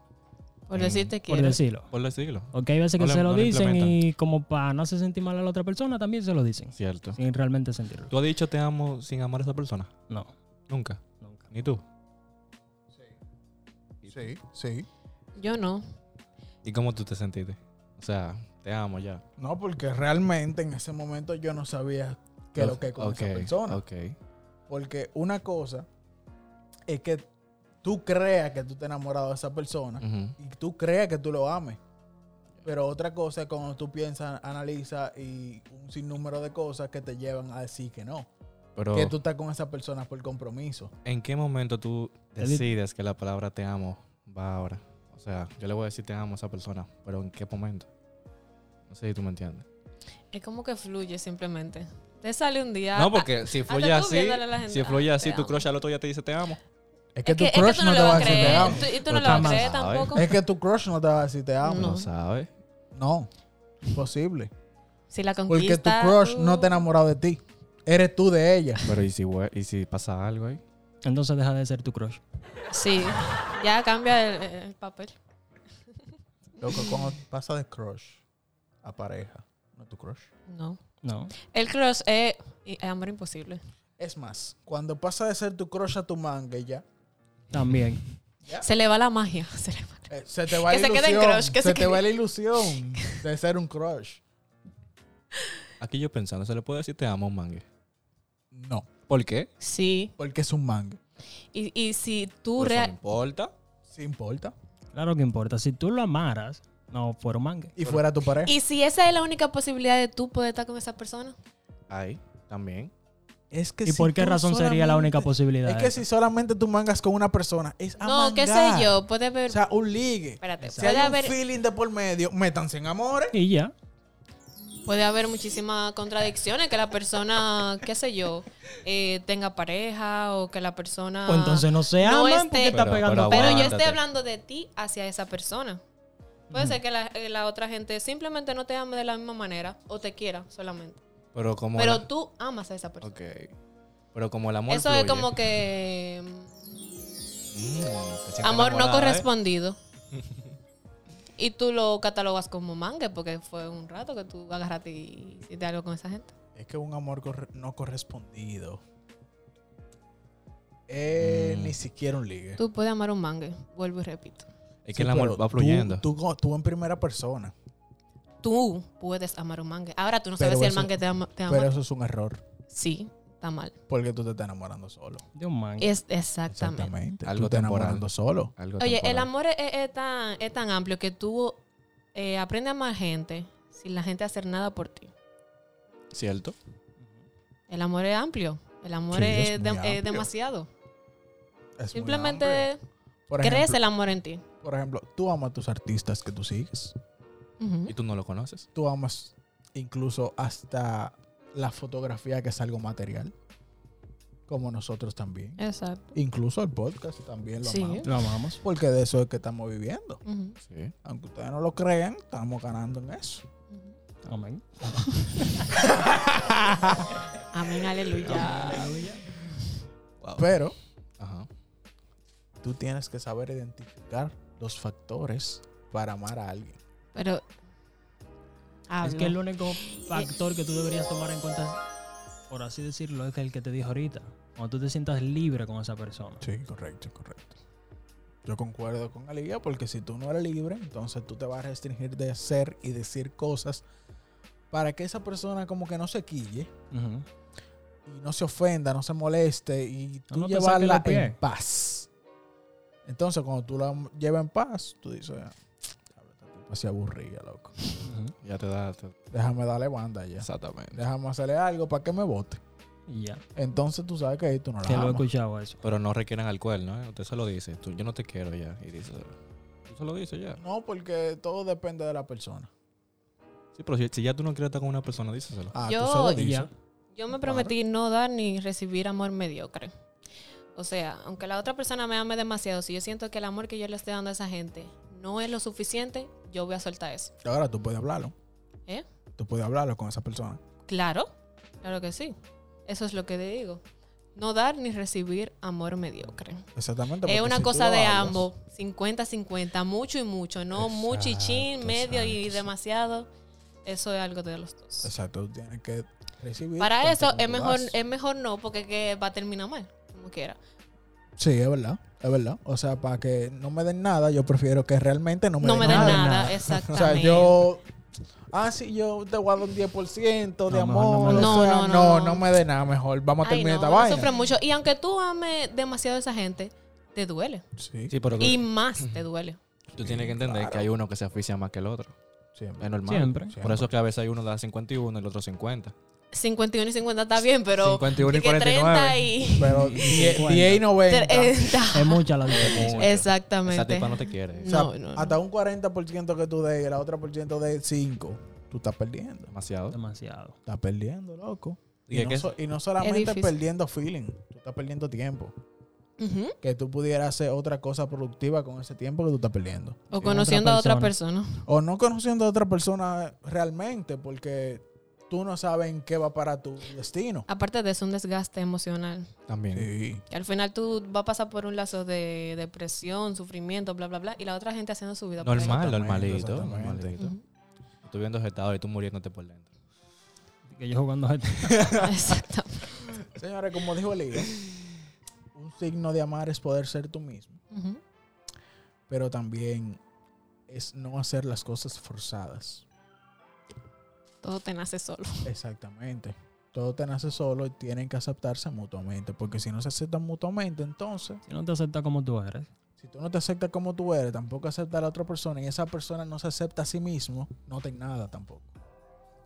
[SPEAKER 2] Mm.
[SPEAKER 3] Por decirte que.
[SPEAKER 4] Por decirlo.
[SPEAKER 2] por decirlo.
[SPEAKER 4] Porque hay veces que
[SPEAKER 2] No le-
[SPEAKER 4] se lo
[SPEAKER 2] no le
[SPEAKER 4] dicen
[SPEAKER 2] implementan.
[SPEAKER 4] y como para no hacer sentir mal a la otra persona, también se lo dicen.
[SPEAKER 2] Cierto.
[SPEAKER 4] Sin realmente sentirlo.
[SPEAKER 2] ¿Tú has dicho te amo sin amar a esa persona?
[SPEAKER 4] No,
[SPEAKER 2] Nunca.
[SPEAKER 4] nunca.
[SPEAKER 2] Ni tú.
[SPEAKER 1] Sí, sí.
[SPEAKER 3] Yo no.
[SPEAKER 2] ¿Y cómo tú te sentiste? O sea, te amo ya.
[SPEAKER 1] No, porque realmente en ese momento yo no sabía qué es lo que es con
[SPEAKER 2] Ok,
[SPEAKER 1] esa persona.
[SPEAKER 2] Ok.
[SPEAKER 1] Porque una cosa es que tú creas que tú te has enamorado de esa persona
[SPEAKER 2] Ujú.
[SPEAKER 1] y tú creas que tú lo ames. Pero otra cosa es cuando tú piensas, analizas y un sinnúmero de cosas que te llevan a decir que no.
[SPEAKER 2] Pero
[SPEAKER 1] Que tú estás con esa persona por compromiso.
[SPEAKER 2] ¿en qué momento tú
[SPEAKER 4] di-
[SPEAKER 2] decides que la palabra te amo va ahora? O sea, yo le voy a decir te amo a esa persona, pero ¿en qué momento? No sé si tú me entiendes.
[SPEAKER 3] Es como que fluye simplemente. Te sale un día.
[SPEAKER 2] No, porque si
[SPEAKER 3] Ah, hasta
[SPEAKER 2] fluye
[SPEAKER 3] tú
[SPEAKER 2] así,
[SPEAKER 3] viéndole a la gente,
[SPEAKER 2] si fluye
[SPEAKER 3] "Ah,
[SPEAKER 2] así,
[SPEAKER 3] te
[SPEAKER 2] tu
[SPEAKER 3] amo".
[SPEAKER 2] crush al otro día te dice te amo.
[SPEAKER 1] Es que
[SPEAKER 3] Es
[SPEAKER 1] tu
[SPEAKER 3] que, es que
[SPEAKER 1] crush
[SPEAKER 3] tú
[SPEAKER 1] no,
[SPEAKER 3] no,
[SPEAKER 1] te
[SPEAKER 3] lo
[SPEAKER 1] va a
[SPEAKER 3] vas a
[SPEAKER 1] decir te
[SPEAKER 3] creer.
[SPEAKER 1] amo.
[SPEAKER 3] Tú- y
[SPEAKER 2] Pero
[SPEAKER 3] tú no lo vas a
[SPEAKER 2] jamás.
[SPEAKER 3] creer
[SPEAKER 2] Ay.
[SPEAKER 3] tampoco.
[SPEAKER 1] Es que tu crush no te va a decir te amo.
[SPEAKER 3] No.
[SPEAKER 2] No sabes.
[SPEAKER 1] No. Imposible.
[SPEAKER 3] Si la
[SPEAKER 1] Porque
[SPEAKER 3] conquista.
[SPEAKER 1] tu crush
[SPEAKER 3] tú-
[SPEAKER 1] no te ha enamorado de ti. Eres tú de ella.
[SPEAKER 2] Pero ¿y si, hue- ¿y si pasa algo ahí?
[SPEAKER 4] Entonces deja de ser tu crush.
[SPEAKER 3] uh, Sí. Ya cambia el, el papel.
[SPEAKER 1] Loco, cuando pasa de crush a pareja, no tu crush.
[SPEAKER 3] No.
[SPEAKER 4] No.
[SPEAKER 3] El crush es, y- es amor imposible.
[SPEAKER 1] Es más, cuando pasa de ser tu crush a tu manga ya,
[SPEAKER 4] También.
[SPEAKER 3] Se le va la magia. <laughs> Se le va.
[SPEAKER 1] eh, se te va
[SPEAKER 3] Que
[SPEAKER 1] la
[SPEAKER 3] se quede en
[SPEAKER 1] ilusión.
[SPEAKER 3] crush, que
[SPEAKER 1] se,
[SPEAKER 3] se
[SPEAKER 1] te
[SPEAKER 3] quede-
[SPEAKER 1] va la ilusión <laughs> de ser un crush.
[SPEAKER 2] Aquí yo pensando, ¿se le puede decir te amo a un mangue?
[SPEAKER 1] No,
[SPEAKER 2] ¿Por qué?
[SPEAKER 3] Sí.
[SPEAKER 1] porque es un manga.
[SPEAKER 3] Y, y si tú
[SPEAKER 2] Pues eso no
[SPEAKER 3] real.
[SPEAKER 2] importa.
[SPEAKER 1] Sí importa.
[SPEAKER 4] Claro que importa. Si tú lo amaras, no fuera un mangue.
[SPEAKER 1] Y fuera tu pareja.
[SPEAKER 3] Y si esa es la única posibilidad de tú poder estar con esa persona.
[SPEAKER 2] Ahí, también.
[SPEAKER 1] Es que
[SPEAKER 4] ¿Y por qué
[SPEAKER 1] tú
[SPEAKER 4] razón sería la única
[SPEAKER 1] solamente-
[SPEAKER 4] posibilidad?
[SPEAKER 1] Es que si solamente tú mangas con una persona, es
[SPEAKER 3] No, qué
[SPEAKER 1] amangar.
[SPEAKER 3] sé yo. Puede haber.
[SPEAKER 1] O sea, un ligue.
[SPEAKER 3] espérate.
[SPEAKER 1] Si
[SPEAKER 3] Puede
[SPEAKER 1] hay un
[SPEAKER 3] haber,
[SPEAKER 1] feeling de por medio, métanse en amores.
[SPEAKER 4] Y ya.
[SPEAKER 3] puede haber muchísimas contradicciones. Que la persona, qué sé yo, eh, tenga pareja o que la persona.
[SPEAKER 5] Ah.
[SPEAKER 4] O entonces no se
[SPEAKER 3] No
[SPEAKER 4] aman
[SPEAKER 3] esté-
[SPEAKER 4] porque está
[SPEAKER 2] Pero-
[SPEAKER 4] pegando.
[SPEAKER 3] Pero yo
[SPEAKER 2] Aguántate.
[SPEAKER 3] estoy hablando de ti hacia esa persona. Puede ser que la, eh, la otra gente simplemente no te ame de la misma manera o te quiera solamente.
[SPEAKER 2] Pero como.
[SPEAKER 3] Pero
[SPEAKER 2] la-
[SPEAKER 3] tú amas a esa persona.
[SPEAKER 2] Ok. Pero como el amor.
[SPEAKER 3] Eso es
[SPEAKER 2] fluye.
[SPEAKER 3] como que
[SPEAKER 2] Mm,
[SPEAKER 3] mm,
[SPEAKER 2] te sientes
[SPEAKER 3] amor no
[SPEAKER 2] enamorada, ¿eh? <laughs>
[SPEAKER 3] correspondido. y tú lo catalogas como mangue porque fue un rato que tú agarraste y hiciste algo con esa gente.
[SPEAKER 1] Es que un amor corre- no correspondido.
[SPEAKER 2] Mm.
[SPEAKER 1] Eh, Ni siquiera un ligue.
[SPEAKER 3] Tú puedes amar un mangue, vuelvo y repito.
[SPEAKER 2] Es
[SPEAKER 1] Sí,
[SPEAKER 2] que el amor
[SPEAKER 1] pero
[SPEAKER 2] va
[SPEAKER 1] tú-
[SPEAKER 2] fluyendo.
[SPEAKER 1] Tú, go- tú en primera persona.
[SPEAKER 3] Tú puedes amar un mangue. Ahora tú no
[SPEAKER 1] Pero
[SPEAKER 3] sabes si el
[SPEAKER 1] eso-
[SPEAKER 3] mangue te ama. Te ama.
[SPEAKER 1] Pero eso es un error.
[SPEAKER 3] sí, está mal.
[SPEAKER 1] Porque tú te estás enamorando solo.
[SPEAKER 4] De un mangue.
[SPEAKER 3] Es exactamente.
[SPEAKER 1] Exactamente.
[SPEAKER 2] Algo
[SPEAKER 1] tú te estás
[SPEAKER 2] temporal.
[SPEAKER 1] enamorando solo.
[SPEAKER 2] Algo
[SPEAKER 3] Oye,
[SPEAKER 2] temporal.
[SPEAKER 3] el amor es, es- es tan, es tan amplio que tú eh, aprendes a amar gente sin la gente hacer nada por ti.
[SPEAKER 2] ¿Cierto?
[SPEAKER 3] El amor es amplio. El amor
[SPEAKER 1] Sí,
[SPEAKER 3] es,
[SPEAKER 1] es
[SPEAKER 3] de-
[SPEAKER 1] muy
[SPEAKER 3] es
[SPEAKER 1] amplio.
[SPEAKER 3] demasiado.
[SPEAKER 1] Es muy
[SPEAKER 3] Simplemente
[SPEAKER 1] amplio. por
[SPEAKER 3] crece
[SPEAKER 1] ejemplo,
[SPEAKER 3] el amor en ti.
[SPEAKER 1] por ejemplo, tú amas a tus artistas que tú sigues.
[SPEAKER 3] Ujú.
[SPEAKER 2] Y tú no lo conoces.
[SPEAKER 1] Tú amas incluso hasta la fotografía que es algo material. Como nosotros también.
[SPEAKER 3] Exacto.
[SPEAKER 1] Incluso el podcast también lo
[SPEAKER 3] Sí.
[SPEAKER 1] amamos.
[SPEAKER 4] Lo amamos.
[SPEAKER 1] Porque de eso es que estamos viviendo.
[SPEAKER 3] Ujú.
[SPEAKER 2] Sí.
[SPEAKER 1] Aunque ustedes no lo crean, estamos ganando en eso.
[SPEAKER 4] Amén.
[SPEAKER 3] Amén, aleluya.
[SPEAKER 1] Pero
[SPEAKER 2] Ajá.
[SPEAKER 1] tú tienes que saber identificar los factores para amar a alguien.
[SPEAKER 3] Pero.
[SPEAKER 4] Es
[SPEAKER 3] hablo.
[SPEAKER 4] que el único factor que tú deberías tomar en cuenta, por así decirlo, es el que te dije ahorita. Cuando tú te sientas libre con esa persona.
[SPEAKER 1] Sí, correcto, correcto. Yo concuerdo con Alía porque si tú no eres libre, entonces tú te vas a restringir de hacer y decir cosas para que esa persona como que no se quille
[SPEAKER 4] Ujú.
[SPEAKER 1] y no se ofenda, no se moleste y tú
[SPEAKER 4] no te saques
[SPEAKER 1] llevarla
[SPEAKER 4] de pie.
[SPEAKER 1] en paz. Entonces cuando tú la llevas en paz, tú dices, "Ah, diablo, esta tipa se aburrida, loco.
[SPEAKER 2] Ya te da. te-
[SPEAKER 1] Déjame darle banda ya.
[SPEAKER 2] Exactamente.
[SPEAKER 1] Déjame hacerle algo para que me vote.
[SPEAKER 4] Y ya.
[SPEAKER 1] Entonces tú sabes que ahí tú no la
[SPEAKER 4] Que lo he
[SPEAKER 1] amas.
[SPEAKER 4] escuchado eso.
[SPEAKER 2] Pero no requieren alcohol, ¿no? Usted se lo dice. Tú, yo no te quiero ya. Y dice. Tú se lo dices ya.
[SPEAKER 1] No, porque todo depende de la persona.
[SPEAKER 2] Sí, pero si, si ya tú no quieres estar con una persona, díselo.
[SPEAKER 1] Ah,
[SPEAKER 3] Yo-
[SPEAKER 1] tú se lo
[SPEAKER 4] Y
[SPEAKER 1] dices.
[SPEAKER 4] ya.
[SPEAKER 3] Yo me prometí no dar ni recibir amor mediocre. O sea, aunque la otra persona me ame demasiado, si yo siento que el amor que yo le estoy dando a esa gente no es lo suficiente, yo voy a soltar eso.
[SPEAKER 1] Ahora tú puedes hablarlo.
[SPEAKER 3] ¿Eh?
[SPEAKER 1] Tú puedes hablarlo con esa persona.
[SPEAKER 3] Claro, claro que sí. Eso es lo que te digo. No dar ni recibir amor mediocre.
[SPEAKER 1] Exactamente.
[SPEAKER 3] Es
[SPEAKER 1] porque
[SPEAKER 3] una
[SPEAKER 1] si tú
[SPEAKER 3] cosa
[SPEAKER 1] lo
[SPEAKER 3] de
[SPEAKER 1] hablas,
[SPEAKER 3] ambos. 50-50, mucho y mucho. No mucho y chin,
[SPEAKER 1] Exacto,
[SPEAKER 3] medio y
[SPEAKER 1] exacto.
[SPEAKER 3] demasiado. Eso es algo de los dos.
[SPEAKER 1] Exacto, tú tienes que recibir.
[SPEAKER 3] Para
[SPEAKER 1] tanto
[SPEAKER 3] eso
[SPEAKER 1] como
[SPEAKER 3] es
[SPEAKER 1] tú
[SPEAKER 3] mejor,
[SPEAKER 1] das.
[SPEAKER 3] es mejor no, porque que va a terminar mal, como quiera.
[SPEAKER 1] Sí, es verdad. Es verdad. O sea, para que no me den nada, yo prefiero que realmente no me
[SPEAKER 3] No
[SPEAKER 1] den
[SPEAKER 3] me den
[SPEAKER 1] nada.
[SPEAKER 3] nada,
[SPEAKER 4] nada.
[SPEAKER 1] O sea,
[SPEAKER 3] exactamente.
[SPEAKER 1] yo. Ah, sí, yo te guardo un 10% de
[SPEAKER 4] No, mejor no
[SPEAKER 1] amor.
[SPEAKER 4] me
[SPEAKER 3] lo-
[SPEAKER 1] o sea,
[SPEAKER 3] No, no,
[SPEAKER 1] no,
[SPEAKER 3] no.
[SPEAKER 1] no me dé nada. Mejor vamos a
[SPEAKER 3] Ay,
[SPEAKER 1] terminar
[SPEAKER 3] no,
[SPEAKER 1] esta
[SPEAKER 3] uno
[SPEAKER 1] vaina.
[SPEAKER 3] sufre mucho. Y aunque tú ames demasiado a esa gente, te duele.
[SPEAKER 1] Sí,
[SPEAKER 2] Sí, pero tú,
[SPEAKER 3] Y más te duele.
[SPEAKER 2] tú tienes que entender que hay uno que se asfixia más que el otro.
[SPEAKER 1] siempre.
[SPEAKER 2] Es normal.
[SPEAKER 4] Siempre.
[SPEAKER 2] Por eso es que a veces hay uno da 51 y el otro 50.
[SPEAKER 3] 51 y 50 está bien, pero
[SPEAKER 2] 51 y
[SPEAKER 3] de que 30 y
[SPEAKER 1] Pero 10 y 90.
[SPEAKER 3] 30.
[SPEAKER 4] Es mucha la diferencia.
[SPEAKER 2] Esa
[SPEAKER 3] Exactamente.
[SPEAKER 2] tipa no te quiere.
[SPEAKER 1] O sea,
[SPEAKER 3] No, no, no.
[SPEAKER 1] hasta un 40% que tú des y la otra por ciento de 5, tú estás perdiendo.
[SPEAKER 2] Demasiado.
[SPEAKER 4] Demasiado.
[SPEAKER 1] Estás perdiendo, loco.
[SPEAKER 2] ¿Y
[SPEAKER 1] Y,
[SPEAKER 2] es
[SPEAKER 1] no,
[SPEAKER 2] que-
[SPEAKER 1] so- y no
[SPEAKER 3] Es
[SPEAKER 1] solamente
[SPEAKER 3] difícil.
[SPEAKER 1] perdiendo feeling, tú estás perdiendo tiempo.
[SPEAKER 3] Ujú.
[SPEAKER 1] Que tú pudieras hacer otra cosa productiva con ese tiempo que tú estás perdiendo.
[SPEAKER 3] O conociendo a otra persona.
[SPEAKER 1] O no conociendo a otra persona realmente, porque tú no sabes en qué va para tu destino.
[SPEAKER 3] Aparte de eso, un desgaste emocional.
[SPEAKER 2] También.
[SPEAKER 1] Sí.
[SPEAKER 3] Que al final tú vas a pasar por un lazo de depresión, sufrimiento, bla, bla, bla. Y la otra gente haciendo su vida. por ahí.
[SPEAKER 2] Normal,
[SPEAKER 1] Exactamente,
[SPEAKER 2] normalito.
[SPEAKER 1] exactamente.
[SPEAKER 2] normalito.
[SPEAKER 3] <laughs>
[SPEAKER 2] Tú viendo jetado y tú muriéndote por dentro.
[SPEAKER 4] Que yo jugando a
[SPEAKER 3] Exacto.
[SPEAKER 1] Señores, como dijo Liga, un signo de amar es poder ser tú mismo,
[SPEAKER 3] Ujú.
[SPEAKER 1] pero también es no hacer las cosas forzadas.
[SPEAKER 3] Todo te nace solo.
[SPEAKER 1] Exactamente. Todo te nace solo y tienen que aceptarse mutuamente, porque si no se aceptan mutuamente, entonces,
[SPEAKER 4] Si no te aceptas como tú eres,
[SPEAKER 1] si tú no te aceptas como tú eres, tampoco aceptas a la otra persona y esa persona no se acepta a sí mismo, no ten nada tampoco.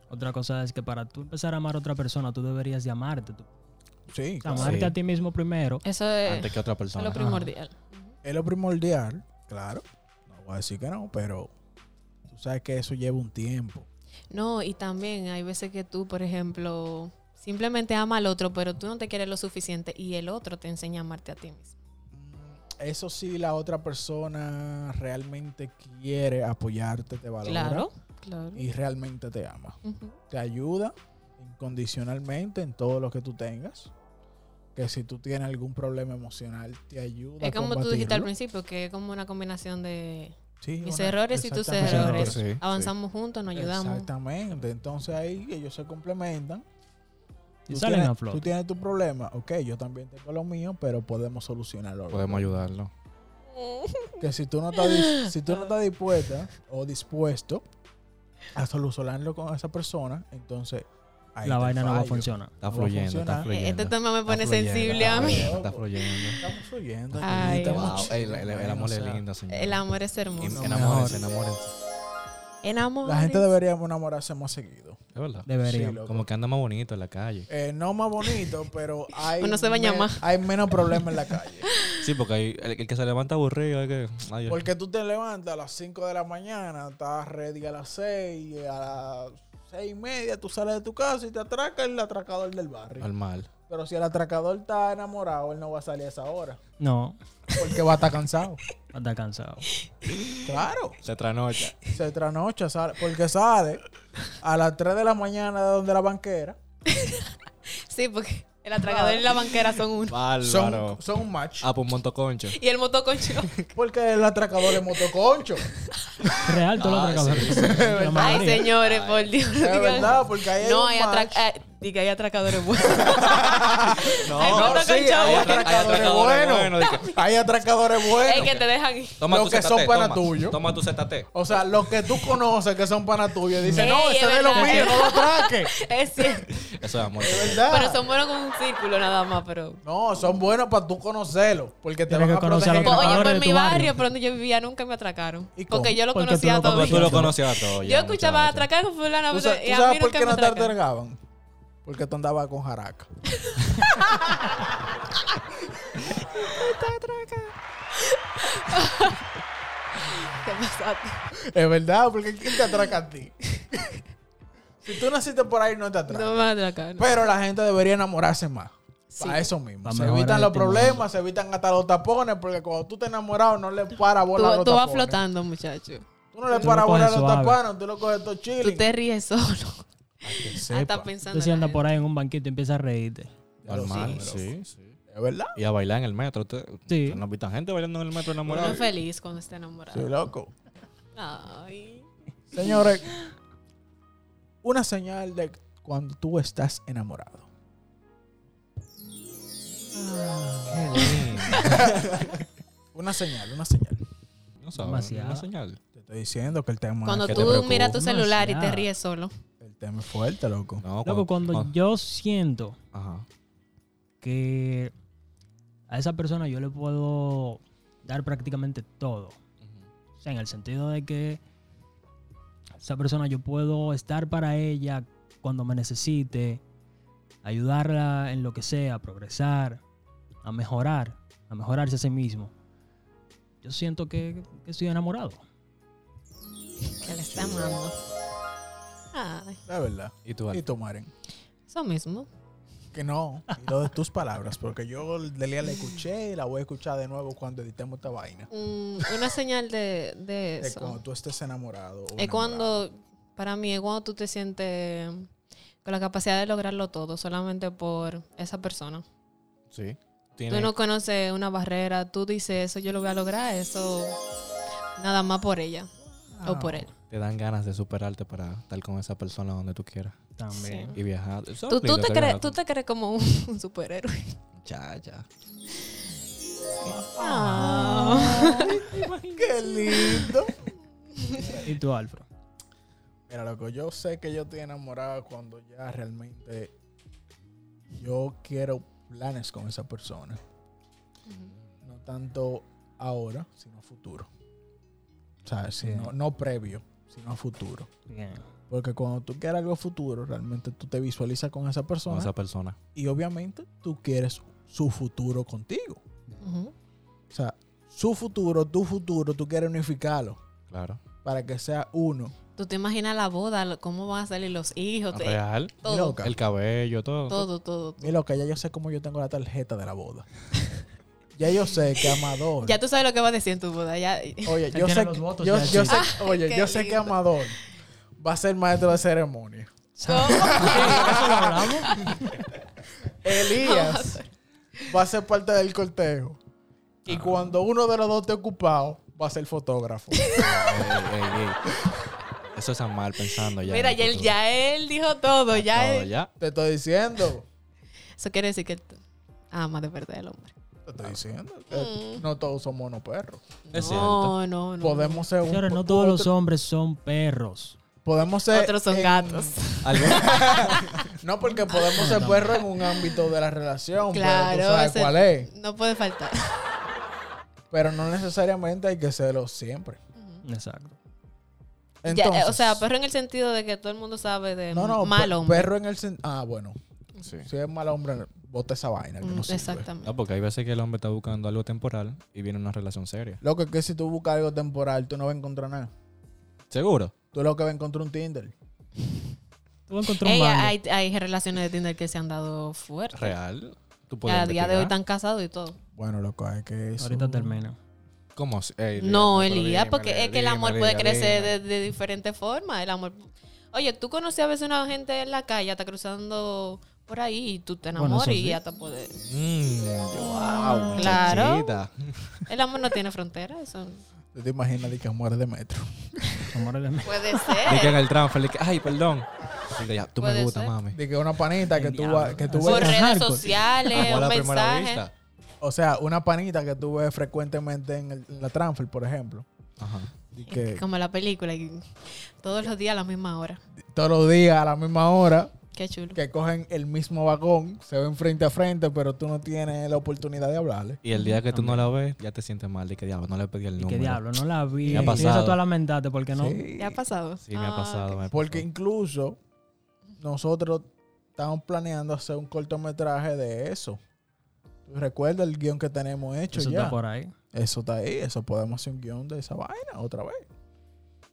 [SPEAKER 4] otra cosa es que para tú empezar a amar a otra persona, tú deberías de amarte. tú.
[SPEAKER 1] Sí,
[SPEAKER 4] O sea, amarte a ti mismo primero.
[SPEAKER 3] Eso es,
[SPEAKER 2] Antes que otra
[SPEAKER 3] Eh, es
[SPEAKER 2] persona. Ah,
[SPEAKER 3] lo primordial.
[SPEAKER 1] es lo primordial, claro. No voy a decir que no, pero tú sabes que eso lleva un tiempo.
[SPEAKER 3] No, y también hay veces que tú, por ejemplo, simplemente ama al otro, pero tú no te quieres lo suficiente y el otro te enseña a amarte a ti mismo.
[SPEAKER 1] Mm, Eso sí, la otra persona realmente quiere apoyarte, te valora
[SPEAKER 3] Claro, claro.
[SPEAKER 1] y realmente te ama.
[SPEAKER 3] Ujú.
[SPEAKER 1] Te ayuda incondicionalmente en todo lo que tú tengas. Que si tú tienes algún problema emocional, te ayuda.
[SPEAKER 3] Es
[SPEAKER 1] a
[SPEAKER 3] como tú dijiste al
[SPEAKER 1] combatirlo.
[SPEAKER 3] principio, que es como una combinación de
[SPEAKER 1] Sí,
[SPEAKER 3] mis
[SPEAKER 1] una-
[SPEAKER 3] errores y tus
[SPEAKER 1] exactamente.
[SPEAKER 3] errores.
[SPEAKER 2] Sí, sí.
[SPEAKER 3] Avanzamos juntos, nos ayudamos.
[SPEAKER 1] Exactamente. Entonces ahí ellos se complementan.
[SPEAKER 4] Y
[SPEAKER 1] Tú
[SPEAKER 4] salen
[SPEAKER 1] tienes,
[SPEAKER 4] a flote.
[SPEAKER 1] Tú tienes tu problema. Ok, yo también tengo lo mío, pero podemos solucionarlo.
[SPEAKER 2] Podemos ayudarlo.
[SPEAKER 1] Que si tú no estás, dis- si tú no estás dispuesta o dispuesto a solucionarlo con esa persona, entonces ahí
[SPEAKER 4] la
[SPEAKER 1] te
[SPEAKER 4] vaina no va a
[SPEAKER 1] fallo.
[SPEAKER 4] funcionar.
[SPEAKER 2] Está
[SPEAKER 1] No va a
[SPEAKER 2] fluyendo, está
[SPEAKER 1] funcionar.
[SPEAKER 2] fluyendo.
[SPEAKER 3] Este tema me
[SPEAKER 2] Está
[SPEAKER 3] pone
[SPEAKER 2] fluyendo,
[SPEAKER 3] sensible
[SPEAKER 2] está
[SPEAKER 3] a mí.
[SPEAKER 2] fluyendo, Está fluyendo.
[SPEAKER 1] Estamos fluyendo.
[SPEAKER 3] Ay,
[SPEAKER 1] Estamos
[SPEAKER 2] Wow,
[SPEAKER 1] fluyendo,
[SPEAKER 2] el, el- el
[SPEAKER 1] bueno,
[SPEAKER 2] amor
[SPEAKER 1] o
[SPEAKER 2] es
[SPEAKER 1] sea,
[SPEAKER 2] lindo, señor.
[SPEAKER 3] El amor es hermoso.
[SPEAKER 1] no.
[SPEAKER 2] Enamórense, enamórense.
[SPEAKER 3] Enamor.
[SPEAKER 1] La gente debería enamorarse más seguido.
[SPEAKER 2] Es verdad.
[SPEAKER 4] Debería.
[SPEAKER 1] Sí, loco.
[SPEAKER 2] Como que anda más bonito en la calle.
[SPEAKER 1] Eh, no más bonito, pero
[SPEAKER 2] <laughs>
[SPEAKER 1] hay,
[SPEAKER 3] Uno se baña
[SPEAKER 1] men-
[SPEAKER 3] más.
[SPEAKER 1] hay menos problemas en la calle.
[SPEAKER 2] Sí, porque hay- el, el que se levanta aburrido es que. ay, <laughs> Dios.
[SPEAKER 1] Porque tú te levantas a las 5 de la mañana, estás ready a las 6, y a las 6 y media tú sales de tu casa y te atraca el atracador del barrio.
[SPEAKER 2] Normal.
[SPEAKER 1] Pero si el atracador está enamorado, él no va a salir a esa hora.
[SPEAKER 4] No,
[SPEAKER 1] Porque va a estar cansado.
[SPEAKER 4] está cansado.
[SPEAKER 1] Claro.
[SPEAKER 2] Se tranocha.
[SPEAKER 3] <laughs>
[SPEAKER 1] Se tranocha, sale- porque sale a las 3 de la mañana de donde la banquera.
[SPEAKER 3] Sí, porque el atracador y la banquera son uno.
[SPEAKER 1] <laughs>
[SPEAKER 2] Bárbaro.
[SPEAKER 1] Son, son un match.
[SPEAKER 2] Ah, pues un montoconcho.
[SPEAKER 3] Y el motoconcho.
[SPEAKER 1] Porque el atracador es motoconcho.
[SPEAKER 4] Real, todo
[SPEAKER 3] Ah,
[SPEAKER 2] Ah,
[SPEAKER 4] lo otra cosa. La
[SPEAKER 3] Ay,
[SPEAKER 4] mayoría.
[SPEAKER 3] señores, por Dios.
[SPEAKER 1] Es verdad, porque ahí hay
[SPEAKER 3] No,
[SPEAKER 1] un
[SPEAKER 3] hay,
[SPEAKER 1] match.
[SPEAKER 3] atrac ah, diga,
[SPEAKER 1] <laughs>
[SPEAKER 3] hay atracadores buenos.
[SPEAKER 2] No,
[SPEAKER 3] Ay, Ah, no, no,
[SPEAKER 1] sí,
[SPEAKER 3] concha,
[SPEAKER 1] hay
[SPEAKER 3] bueno.
[SPEAKER 1] atracadores buenos.
[SPEAKER 2] de que-
[SPEAKER 1] Hay atracadores
[SPEAKER 3] Es
[SPEAKER 1] buenos.
[SPEAKER 3] que te dejan ir.
[SPEAKER 2] Toma
[SPEAKER 1] Lo
[SPEAKER 2] tu
[SPEAKER 1] que
[SPEAKER 2] ZT,
[SPEAKER 1] son para
[SPEAKER 2] toma.
[SPEAKER 1] tuyo.
[SPEAKER 2] Toma tu ZT.
[SPEAKER 1] O sea, los que tú conoces que son panas tuyos, dicen,
[SPEAKER 3] Ey,
[SPEAKER 1] no, ese
[SPEAKER 3] es
[SPEAKER 1] de los
[SPEAKER 3] verdad,
[SPEAKER 1] míos,
[SPEAKER 3] es
[SPEAKER 1] no lo atraque.
[SPEAKER 3] Es cierto.
[SPEAKER 2] Eso es amor.
[SPEAKER 1] ¿Verdad?
[SPEAKER 3] Pero son buenos como un círculo nada más, pero.
[SPEAKER 1] No, son buenos para tú conocerlos. Porque te
[SPEAKER 4] Tienes
[SPEAKER 1] van
[SPEAKER 4] que
[SPEAKER 1] a
[SPEAKER 4] conocer a
[SPEAKER 1] proteger.
[SPEAKER 4] los
[SPEAKER 3] Oye,
[SPEAKER 4] Atracadores
[SPEAKER 3] por
[SPEAKER 4] de
[SPEAKER 3] mi
[SPEAKER 4] tu
[SPEAKER 3] barrio,
[SPEAKER 4] barrio.
[SPEAKER 3] por donde yo vivía, nunca me atracaron.
[SPEAKER 1] ¿Y cómo?
[SPEAKER 3] Porque yo lo
[SPEAKER 4] Porque tú
[SPEAKER 3] conocía
[SPEAKER 4] lo
[SPEAKER 3] a todos.
[SPEAKER 2] Porque tú lo conocías a todo.
[SPEAKER 3] Yo
[SPEAKER 2] ya,
[SPEAKER 3] escuchaba
[SPEAKER 2] muchacho.
[SPEAKER 3] atracar con fulano,
[SPEAKER 1] ¿Tú
[SPEAKER 3] pero-
[SPEAKER 1] sabes, tú
[SPEAKER 3] y a mí
[SPEAKER 1] sabes por
[SPEAKER 3] nunca
[SPEAKER 1] qué
[SPEAKER 3] me
[SPEAKER 1] no te
[SPEAKER 3] atracaron.
[SPEAKER 1] atargaban? Porque tú andabas con jaraca. <laughs>
[SPEAKER 3] ¿Qué pasaste?
[SPEAKER 1] Es verdad, porque ¿quién te atraca a
[SPEAKER 3] <laughs>
[SPEAKER 1] ti? si tú naciste por ahí, no te atraca.
[SPEAKER 3] <laughs> No me atracaron.
[SPEAKER 1] Pero la gente debería enamorarse más.
[SPEAKER 3] Sí.
[SPEAKER 1] Para eso mismo.
[SPEAKER 4] Pa'
[SPEAKER 1] se
[SPEAKER 4] mejorar
[SPEAKER 1] evitan
[SPEAKER 4] el
[SPEAKER 1] los
[SPEAKER 4] tema.
[SPEAKER 1] problemas, se evitan hasta los tapones, porque cuando tú te enamorado no le para bola a
[SPEAKER 3] Tú,
[SPEAKER 1] los
[SPEAKER 3] tú vas
[SPEAKER 1] tapones.
[SPEAKER 3] flotando, muchacho.
[SPEAKER 1] Tú no le
[SPEAKER 4] Tú
[SPEAKER 1] para
[SPEAKER 4] lo
[SPEAKER 1] bola a
[SPEAKER 4] coges
[SPEAKER 1] los
[SPEAKER 4] suave.
[SPEAKER 1] tapones, tú lo coges todo chile.
[SPEAKER 3] Tú te ríes solo. Hasta
[SPEAKER 4] Tú
[SPEAKER 3] pensando.
[SPEAKER 4] si
[SPEAKER 3] en la
[SPEAKER 4] andas por ahí en un banquito y empiezas a reírte.
[SPEAKER 2] Normal, sí, sí.
[SPEAKER 1] ¿Es verdad?
[SPEAKER 2] Y a bailar en el metro. usted-
[SPEAKER 4] Sí.
[SPEAKER 2] No viste gente bailando en el metro
[SPEAKER 3] gente. Uno
[SPEAKER 2] enamorado.
[SPEAKER 3] es feliz cuando está
[SPEAKER 1] Soy
[SPEAKER 3] enamorado.
[SPEAKER 1] loco.
[SPEAKER 3] Ay.
[SPEAKER 1] Señores, una señal de cuando tú estás enamorado.
[SPEAKER 2] Ah,
[SPEAKER 1] Una señal, una señal.
[SPEAKER 2] No sabes.
[SPEAKER 4] Demasiado.
[SPEAKER 2] Una señal.
[SPEAKER 1] Te estoy diciendo que el tema,
[SPEAKER 3] Cuando
[SPEAKER 2] Ah, que te
[SPEAKER 3] tú
[SPEAKER 2] preocupa.
[SPEAKER 3] miras tu celular y te
[SPEAKER 4] Demasiado.
[SPEAKER 3] ríes solo.
[SPEAKER 1] el tema es fuerte, loco.
[SPEAKER 2] No,
[SPEAKER 4] Loco, cuando yo siento
[SPEAKER 2] Ajá.
[SPEAKER 4] que a esa persona yo le puedo dar prácticamente todo. O sea, en el sentido de que esa persona yo puedo estar para ella cuando me necesite, ayudarla en lo que sea, a progresar, a mejorar, a mejorarse a sí mismo. Yo siento que, que estoy enamorado.
[SPEAKER 3] Que le está amando. Ay,
[SPEAKER 1] La verdad.
[SPEAKER 2] ¿Y tú,
[SPEAKER 1] Y
[SPEAKER 2] Alfa?
[SPEAKER 1] tú, Maren.
[SPEAKER 3] eso mismo.
[SPEAKER 1] Que no. Y lo de tus palabras. Porque yo de Lía la escuché y la voy a escuchar de nuevo cuando editemos esta vaina.
[SPEAKER 3] Mm, una señal de, de
[SPEAKER 1] De cuando
[SPEAKER 3] eso.
[SPEAKER 1] tú estés enamorado. o
[SPEAKER 3] Es cuando, para mí, es cuando tú te sientes con la capacidad de lograrlo todo solamente por esa persona.
[SPEAKER 2] Sí.
[SPEAKER 3] Tú
[SPEAKER 2] Tiene-
[SPEAKER 3] no conoces una barrera, tú dices eso, yo lo voy a lograr, eso nada más por ella
[SPEAKER 2] Ah,
[SPEAKER 3] o por él.
[SPEAKER 2] Te dan ganas de superarte para estar con esa persona donde tú quieras
[SPEAKER 4] También.
[SPEAKER 2] y viajar. Eso
[SPEAKER 3] Tú, tú
[SPEAKER 2] aplica,
[SPEAKER 3] te
[SPEAKER 2] claro,
[SPEAKER 3] crees, tú te crees como un, <laughs> un superhéroe.
[SPEAKER 2] Ya, ya.
[SPEAKER 1] enamorado. ¡Qué lindo!
[SPEAKER 4] ¿Y tú, Alfro?
[SPEAKER 1] Mira, loco, yo sé que yo estoy enamorado cuando ya realmente yo quiero planes con esa persona. No tanto ahora, sino a futuro. O sea, si no, no previo, sino a futuro.
[SPEAKER 4] Bien.
[SPEAKER 1] Porque cuando tú quieres algo a futuro, realmente tú te visualizas con esa persona
[SPEAKER 2] Con esa persona.
[SPEAKER 1] y obviamente tú quieres su futuro contigo.
[SPEAKER 3] Ujú.
[SPEAKER 1] O sea, su futuro, tu futuro, tú quieres unificarlo
[SPEAKER 2] Claro.
[SPEAKER 1] para que sea uno.
[SPEAKER 3] Tú te imaginas la boda, lo- cómo van a salir los hijos,
[SPEAKER 2] Ah,
[SPEAKER 3] te-
[SPEAKER 2] Real.
[SPEAKER 3] todo,
[SPEAKER 1] Mi loca.
[SPEAKER 2] El cabello, todo.
[SPEAKER 3] todo, todo.
[SPEAKER 1] Y lo que ya yo sé cómo yo tengo la tarjeta de la boda. <laughs> ya yo sé que Amador.
[SPEAKER 3] Ya tú sabes lo que va a decir en tu boda.
[SPEAKER 2] <laughs>
[SPEAKER 3] Ya,
[SPEAKER 1] Oye, yo
[SPEAKER 4] tiene
[SPEAKER 1] sé,
[SPEAKER 4] los
[SPEAKER 1] que-
[SPEAKER 4] votos
[SPEAKER 1] yo,
[SPEAKER 4] ya,
[SPEAKER 1] yo
[SPEAKER 4] sí.
[SPEAKER 1] sé, oye,
[SPEAKER 3] Ah, qué
[SPEAKER 1] yo sé que
[SPEAKER 3] lindo.
[SPEAKER 1] Amador va a ser maestro de ceremonia.
[SPEAKER 4] ¿Eso lo hablamos?
[SPEAKER 3] <laughs>
[SPEAKER 1] Elías va a ser parte del cortejo. Y
[SPEAKER 4] Ah.
[SPEAKER 1] cuando uno de los dos esté ocupado, va a ser
[SPEAKER 3] <laughs>
[SPEAKER 1] fotógrafo.
[SPEAKER 2] Ey, ey, ey. Eso está mal pensando ya.
[SPEAKER 3] Mira,
[SPEAKER 2] en
[SPEAKER 3] ya
[SPEAKER 2] el
[SPEAKER 3] él,
[SPEAKER 2] futuro.
[SPEAKER 3] ya él dijo todo. Ya
[SPEAKER 2] Todo
[SPEAKER 3] él-
[SPEAKER 2] ya.
[SPEAKER 1] Te estoy diciendo.
[SPEAKER 3] Eso quiere decir que tú amas de verdad al hombre.
[SPEAKER 1] Te estoy diciendo. que
[SPEAKER 3] Mm.
[SPEAKER 1] No todos somos monos perros.
[SPEAKER 2] Es cierto.
[SPEAKER 3] no, no, no.
[SPEAKER 1] Podemos ser un-
[SPEAKER 4] Señores, no todos los
[SPEAKER 1] otro-
[SPEAKER 4] hombres son perros.
[SPEAKER 1] Podemos ser.
[SPEAKER 3] Otros son
[SPEAKER 1] en-
[SPEAKER 3] gatos.
[SPEAKER 4] <laughs>
[SPEAKER 2] Algo-
[SPEAKER 1] <laughs> No, porque podemos ser perros en un ámbito de la relación. Claro.
[SPEAKER 3] Claro.
[SPEAKER 1] tú sabes
[SPEAKER 3] ese-
[SPEAKER 1] cuál es.
[SPEAKER 3] No puede faltar. <laughs> eh,
[SPEAKER 1] Pero no necesariamente hay que serlo siempre.
[SPEAKER 4] Exacto.
[SPEAKER 3] Ya,
[SPEAKER 1] Entonces,
[SPEAKER 3] eh, o sea, perro en el sentido de que todo el mundo sabe de
[SPEAKER 1] no, no,
[SPEAKER 3] mal
[SPEAKER 1] pe-
[SPEAKER 3] hombre.
[SPEAKER 1] Perro en el sen- Ah, bueno.
[SPEAKER 2] Sí.
[SPEAKER 1] Si es mal hombre, bota esa vaina. Que
[SPEAKER 3] Mm,
[SPEAKER 1] no sirve.
[SPEAKER 3] Exactamente.
[SPEAKER 2] No, porque hay veces que el hombre está buscando algo temporal y viene una relación seria.
[SPEAKER 1] Loco, es que si tú buscas algo temporal, tú no vas a encontrar nada.
[SPEAKER 2] ¿Seguro?
[SPEAKER 1] Tú lo que vas a encontrar es un Tinder.
[SPEAKER 4] Tú vas a encontrar un
[SPEAKER 3] Ey,
[SPEAKER 4] mango.
[SPEAKER 3] hay, hay relaciones de Tinder que se han dado fuertes.
[SPEAKER 2] ¿Real? ¿Tú
[SPEAKER 3] Que
[SPEAKER 2] puedes
[SPEAKER 3] a día de
[SPEAKER 2] investigar?
[SPEAKER 3] hoy están casados y todo.
[SPEAKER 1] Bueno, loco, es que eso.
[SPEAKER 4] Ahorita termino.
[SPEAKER 2] ¿Cómo? eh, así? Ey,
[SPEAKER 3] no,
[SPEAKER 2] pero
[SPEAKER 3] Elías,
[SPEAKER 2] dímele,
[SPEAKER 3] porque es que el
[SPEAKER 2] dímele,
[SPEAKER 3] amor puede
[SPEAKER 2] dímele.
[SPEAKER 3] crecer de, de diferentes formas. El amor. Oye, tú conoces a veces una gente en la calle, está cruzando por ahí y tú te
[SPEAKER 4] Bueno,
[SPEAKER 3] enamoras
[SPEAKER 4] eso sí.
[SPEAKER 3] y hasta poder.
[SPEAKER 2] Mm, wow,
[SPEAKER 3] Claro.
[SPEAKER 2] muchachita.
[SPEAKER 3] El amor no tiene frontera, eso
[SPEAKER 1] ¿Tú te imaginas de que muere de metro?
[SPEAKER 4] Amor de-
[SPEAKER 3] puede
[SPEAKER 2] De que
[SPEAKER 3] ser.
[SPEAKER 2] en el transfer, de que, ay, perdón. Y de ya, tú me
[SPEAKER 3] Puede
[SPEAKER 2] gustas,
[SPEAKER 3] ser.
[SPEAKER 2] mami.
[SPEAKER 1] De que una panita que tú,
[SPEAKER 4] diablo.
[SPEAKER 1] vas- que tú
[SPEAKER 3] Por
[SPEAKER 1] ves.
[SPEAKER 4] re-
[SPEAKER 3] redes
[SPEAKER 4] hardcore.
[SPEAKER 3] sociales,
[SPEAKER 2] Amor
[SPEAKER 3] Eh, un
[SPEAKER 2] a primera
[SPEAKER 3] mensaje.
[SPEAKER 2] vista.
[SPEAKER 1] O sea, una panita que tú ves frecuentemente en, el- en la transfer, por ejemplo.
[SPEAKER 2] Ajá.
[SPEAKER 1] De que
[SPEAKER 3] Como la película, y todos los días a la misma hora.
[SPEAKER 1] todos los días a la misma hora,
[SPEAKER 3] Qué chulo.
[SPEAKER 1] que cogen el mismo vagón, se ven frente a frente, pero tú no tienes la oportunidad de hablarle.
[SPEAKER 2] Y el día que tú no la ves, ya te sientes mal. De que diablo, no le pedí el
[SPEAKER 4] Y
[SPEAKER 2] número.
[SPEAKER 4] que diablo, no la vi.
[SPEAKER 2] Me ha
[SPEAKER 4] Empieza
[SPEAKER 2] pasado.
[SPEAKER 4] tú a lamentarte porque no.
[SPEAKER 1] Sí.
[SPEAKER 3] ¿Te ha pasado?
[SPEAKER 2] Sí, me ha
[SPEAKER 3] Ah,
[SPEAKER 2] pasado. me ha
[SPEAKER 1] Porque
[SPEAKER 2] pasado.
[SPEAKER 1] incluso nosotros estamos planeando hacer un cortometraje de eso. Recuerda el guión que tenemos hecho
[SPEAKER 4] Eso
[SPEAKER 1] ya.
[SPEAKER 4] está por ahí.
[SPEAKER 1] Eso está ahí, eso podemos hacer un guión de esa vaina otra vez.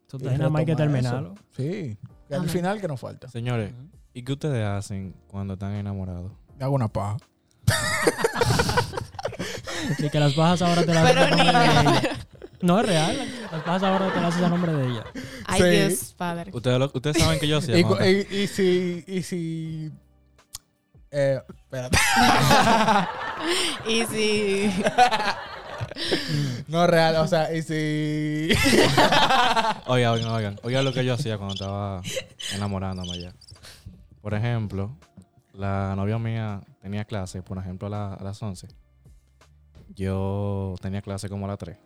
[SPEAKER 4] Eso
[SPEAKER 1] Y
[SPEAKER 4] está ahí, nada más hay que
[SPEAKER 1] retomar
[SPEAKER 4] terminarlo.
[SPEAKER 1] eso. Sí. Que al
[SPEAKER 3] Amén.
[SPEAKER 1] final que nos falta.
[SPEAKER 2] Señores, ¿y qué ustedes hacen cuando están enamorados?
[SPEAKER 1] Me hago una paja.
[SPEAKER 4] Y que las pajas ahora te las
[SPEAKER 3] Pero
[SPEAKER 4] haces a nombre de
[SPEAKER 3] niña.
[SPEAKER 4] ella. No es real. Las pajas ahora te las haces a nombre de ella.
[SPEAKER 3] Ay,
[SPEAKER 1] Sí.
[SPEAKER 3] Dios, padre.
[SPEAKER 2] Ustedes, lo- ustedes saben que yo sí.
[SPEAKER 1] <laughs> y,
[SPEAKER 2] cuando
[SPEAKER 1] cu-
[SPEAKER 2] está-
[SPEAKER 1] y- y si. Y si. Eh, espérate. <laughs>
[SPEAKER 3] Y si.
[SPEAKER 1] No real, o sea, y si. <laughs>
[SPEAKER 2] Oigan, oigan, oigan. Oigan lo que yo hacía cuando estaba enamorándome ya. Por ejemplo, la novia mía tenía clase, por ejemplo, a, la- a las 11. Yo tenía clase como a las 3.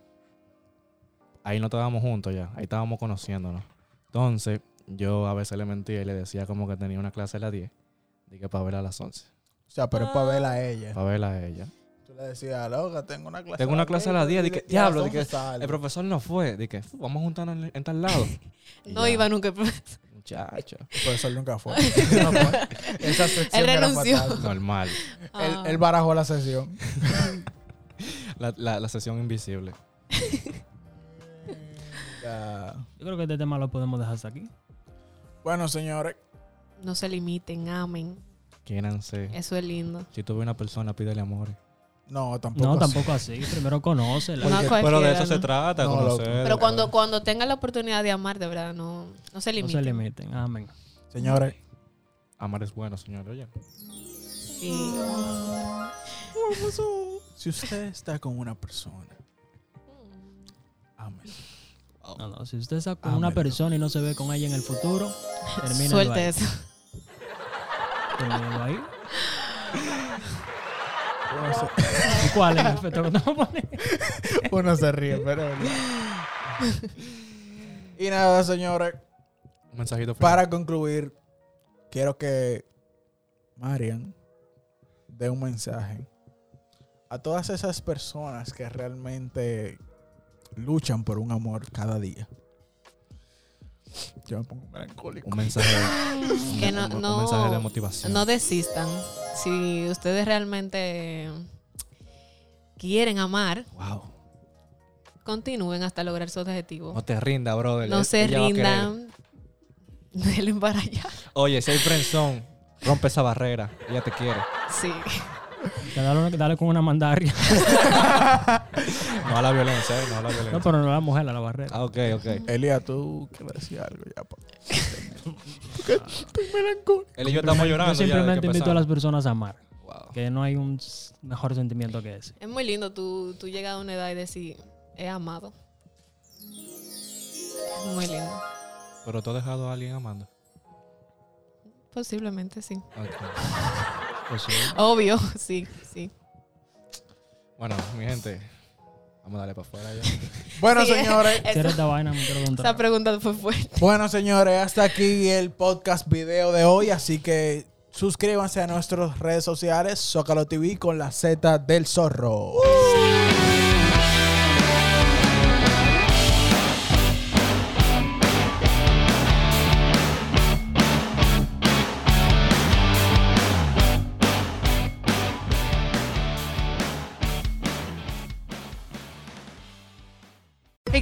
[SPEAKER 2] Ahí no estábamos juntos ya, ahí estábamos conociéndonos. Entonces, yo a veces le mentía y le decía como que tenía una clase a las 10. Dije para verla a las 11,
[SPEAKER 1] O sea, pero es para verla a ella.
[SPEAKER 2] para verla a ella.
[SPEAKER 1] Tú le decías, loca, tengo una clase.
[SPEAKER 2] Tengo una clase a las 10, dije,
[SPEAKER 1] y a las
[SPEAKER 2] diablo, dije,
[SPEAKER 1] 11 sale".
[SPEAKER 2] el profesor no fue, dije, "Fu, vamos a juntarnos en- en tal lado. Y
[SPEAKER 3] No
[SPEAKER 2] ya,
[SPEAKER 3] iba nunca. <laughs>
[SPEAKER 2] Muchacho. <laughs>
[SPEAKER 1] El profesor nunca fue. <laughs> No fue. Eso esa sección
[SPEAKER 3] Él
[SPEAKER 1] era
[SPEAKER 3] renunció. Ah.
[SPEAKER 6] <laughs>
[SPEAKER 1] fatal.
[SPEAKER 3] <laughs>
[SPEAKER 2] Normal.
[SPEAKER 1] Él, él barajó la sesión.
[SPEAKER 2] La, la, la sesión invisible.
[SPEAKER 1] Ya.
[SPEAKER 6] Yo creo que este tema lo podemos dejar hasta aquí.
[SPEAKER 1] Bueno, señores,
[SPEAKER 3] No se limiten, amen.
[SPEAKER 2] Quiéranse.
[SPEAKER 3] Eso es lindo.
[SPEAKER 2] Si tú ves una persona, pídele amores.
[SPEAKER 1] no, tampoco.
[SPEAKER 6] No,
[SPEAKER 1] así.
[SPEAKER 6] tampoco así. Primero conócela.
[SPEAKER 3] No, cualquiera,
[SPEAKER 2] Pero de eso se
[SPEAKER 3] ¿no?
[SPEAKER 2] trata,
[SPEAKER 1] No,
[SPEAKER 2] conocer.
[SPEAKER 1] loco.
[SPEAKER 3] Pero cuando, cuando tengan la oportunidad de amar, de verdad, no, no se
[SPEAKER 6] No
[SPEAKER 3] limiten.
[SPEAKER 6] se limiten. Amén.
[SPEAKER 1] Señores,
[SPEAKER 2] Amar es bueno, señor. Oye.
[SPEAKER 3] Sí.
[SPEAKER 1] si usted está con una persona, ámela.
[SPEAKER 6] No, no. Si usted está con
[SPEAKER 1] Ámelo.
[SPEAKER 6] una persona y no se ve con ella en el futuro, termina
[SPEAKER 3] Suelte
[SPEAKER 6] ahí.
[SPEAKER 3] eso.
[SPEAKER 6] Termínelo ahí.
[SPEAKER 1] Uno se,
[SPEAKER 6] ¿Y <laughs> cuál es el efecto que estamos poniendo?
[SPEAKER 1] uno se ríe, pero es verdad. Y nada, señores,
[SPEAKER 2] Un mensajito final.
[SPEAKER 1] para concluir, quiero que Marian dé un mensaje a todas esas personas que realmente luchan por un amor cada día. Yo me pongo melancólico.
[SPEAKER 2] Un mensaje, un-
[SPEAKER 3] Que no-
[SPEAKER 2] un- un
[SPEAKER 3] no-
[SPEAKER 2] mensaje de motivación.
[SPEAKER 3] No desistan. Si ustedes realmente quieren amar,
[SPEAKER 2] wow.
[SPEAKER 3] continúen hasta lograr su objetivo.
[SPEAKER 2] No te rinda, brother.
[SPEAKER 3] no se
[SPEAKER 2] Ella va a querer.
[SPEAKER 3] rindan. Denle para allá.
[SPEAKER 2] Oye, si hay friendzone, rompe esa barrera. Ella te quiere.
[SPEAKER 3] <laughs> Sí.
[SPEAKER 6] Que Dale, una- dale con una mandaria.
[SPEAKER 2] No a la violencia, eh, no a la violencia.
[SPEAKER 6] No, pero no a la mujer, a la barrera.
[SPEAKER 2] Ah, ok, ok.
[SPEAKER 1] Elia, tú que decir algo ya. pa-
[SPEAKER 2] Él y yo estamos llorando.
[SPEAKER 6] Yo
[SPEAKER 2] ya desde que
[SPEAKER 6] simplemente invito a las
[SPEAKER 2] empezamos.
[SPEAKER 6] personas a amar.
[SPEAKER 2] Wow.
[SPEAKER 6] Que no hay un s- mejor sentimiento que ese.
[SPEAKER 3] Es muy lindo tú, tú llegas a una edad y decir, he amado. Es muy lindo.
[SPEAKER 2] Pero tú has dejado a alguien amando.
[SPEAKER 3] Posiblemente
[SPEAKER 6] <laughs>
[SPEAKER 3] sí.
[SPEAKER 2] Ok.
[SPEAKER 6] Pues sí.
[SPEAKER 3] Obvio, sí, sí.
[SPEAKER 2] Bueno, mi gente, vamos a darle para afuera ya.
[SPEAKER 1] Bueno,
[SPEAKER 3] Sí,
[SPEAKER 1] señores.
[SPEAKER 3] eso-
[SPEAKER 6] Cierra esta vaina, me quiero
[SPEAKER 3] esa
[SPEAKER 6] contar.
[SPEAKER 3] pregunta fue fuerte.
[SPEAKER 1] Bueno, señores, hasta aquí el podcast video de hoy. Así que suscríbanse a nuestras redes sociales, Zócalo TV con la Z del Zorro.
[SPEAKER 7] Hey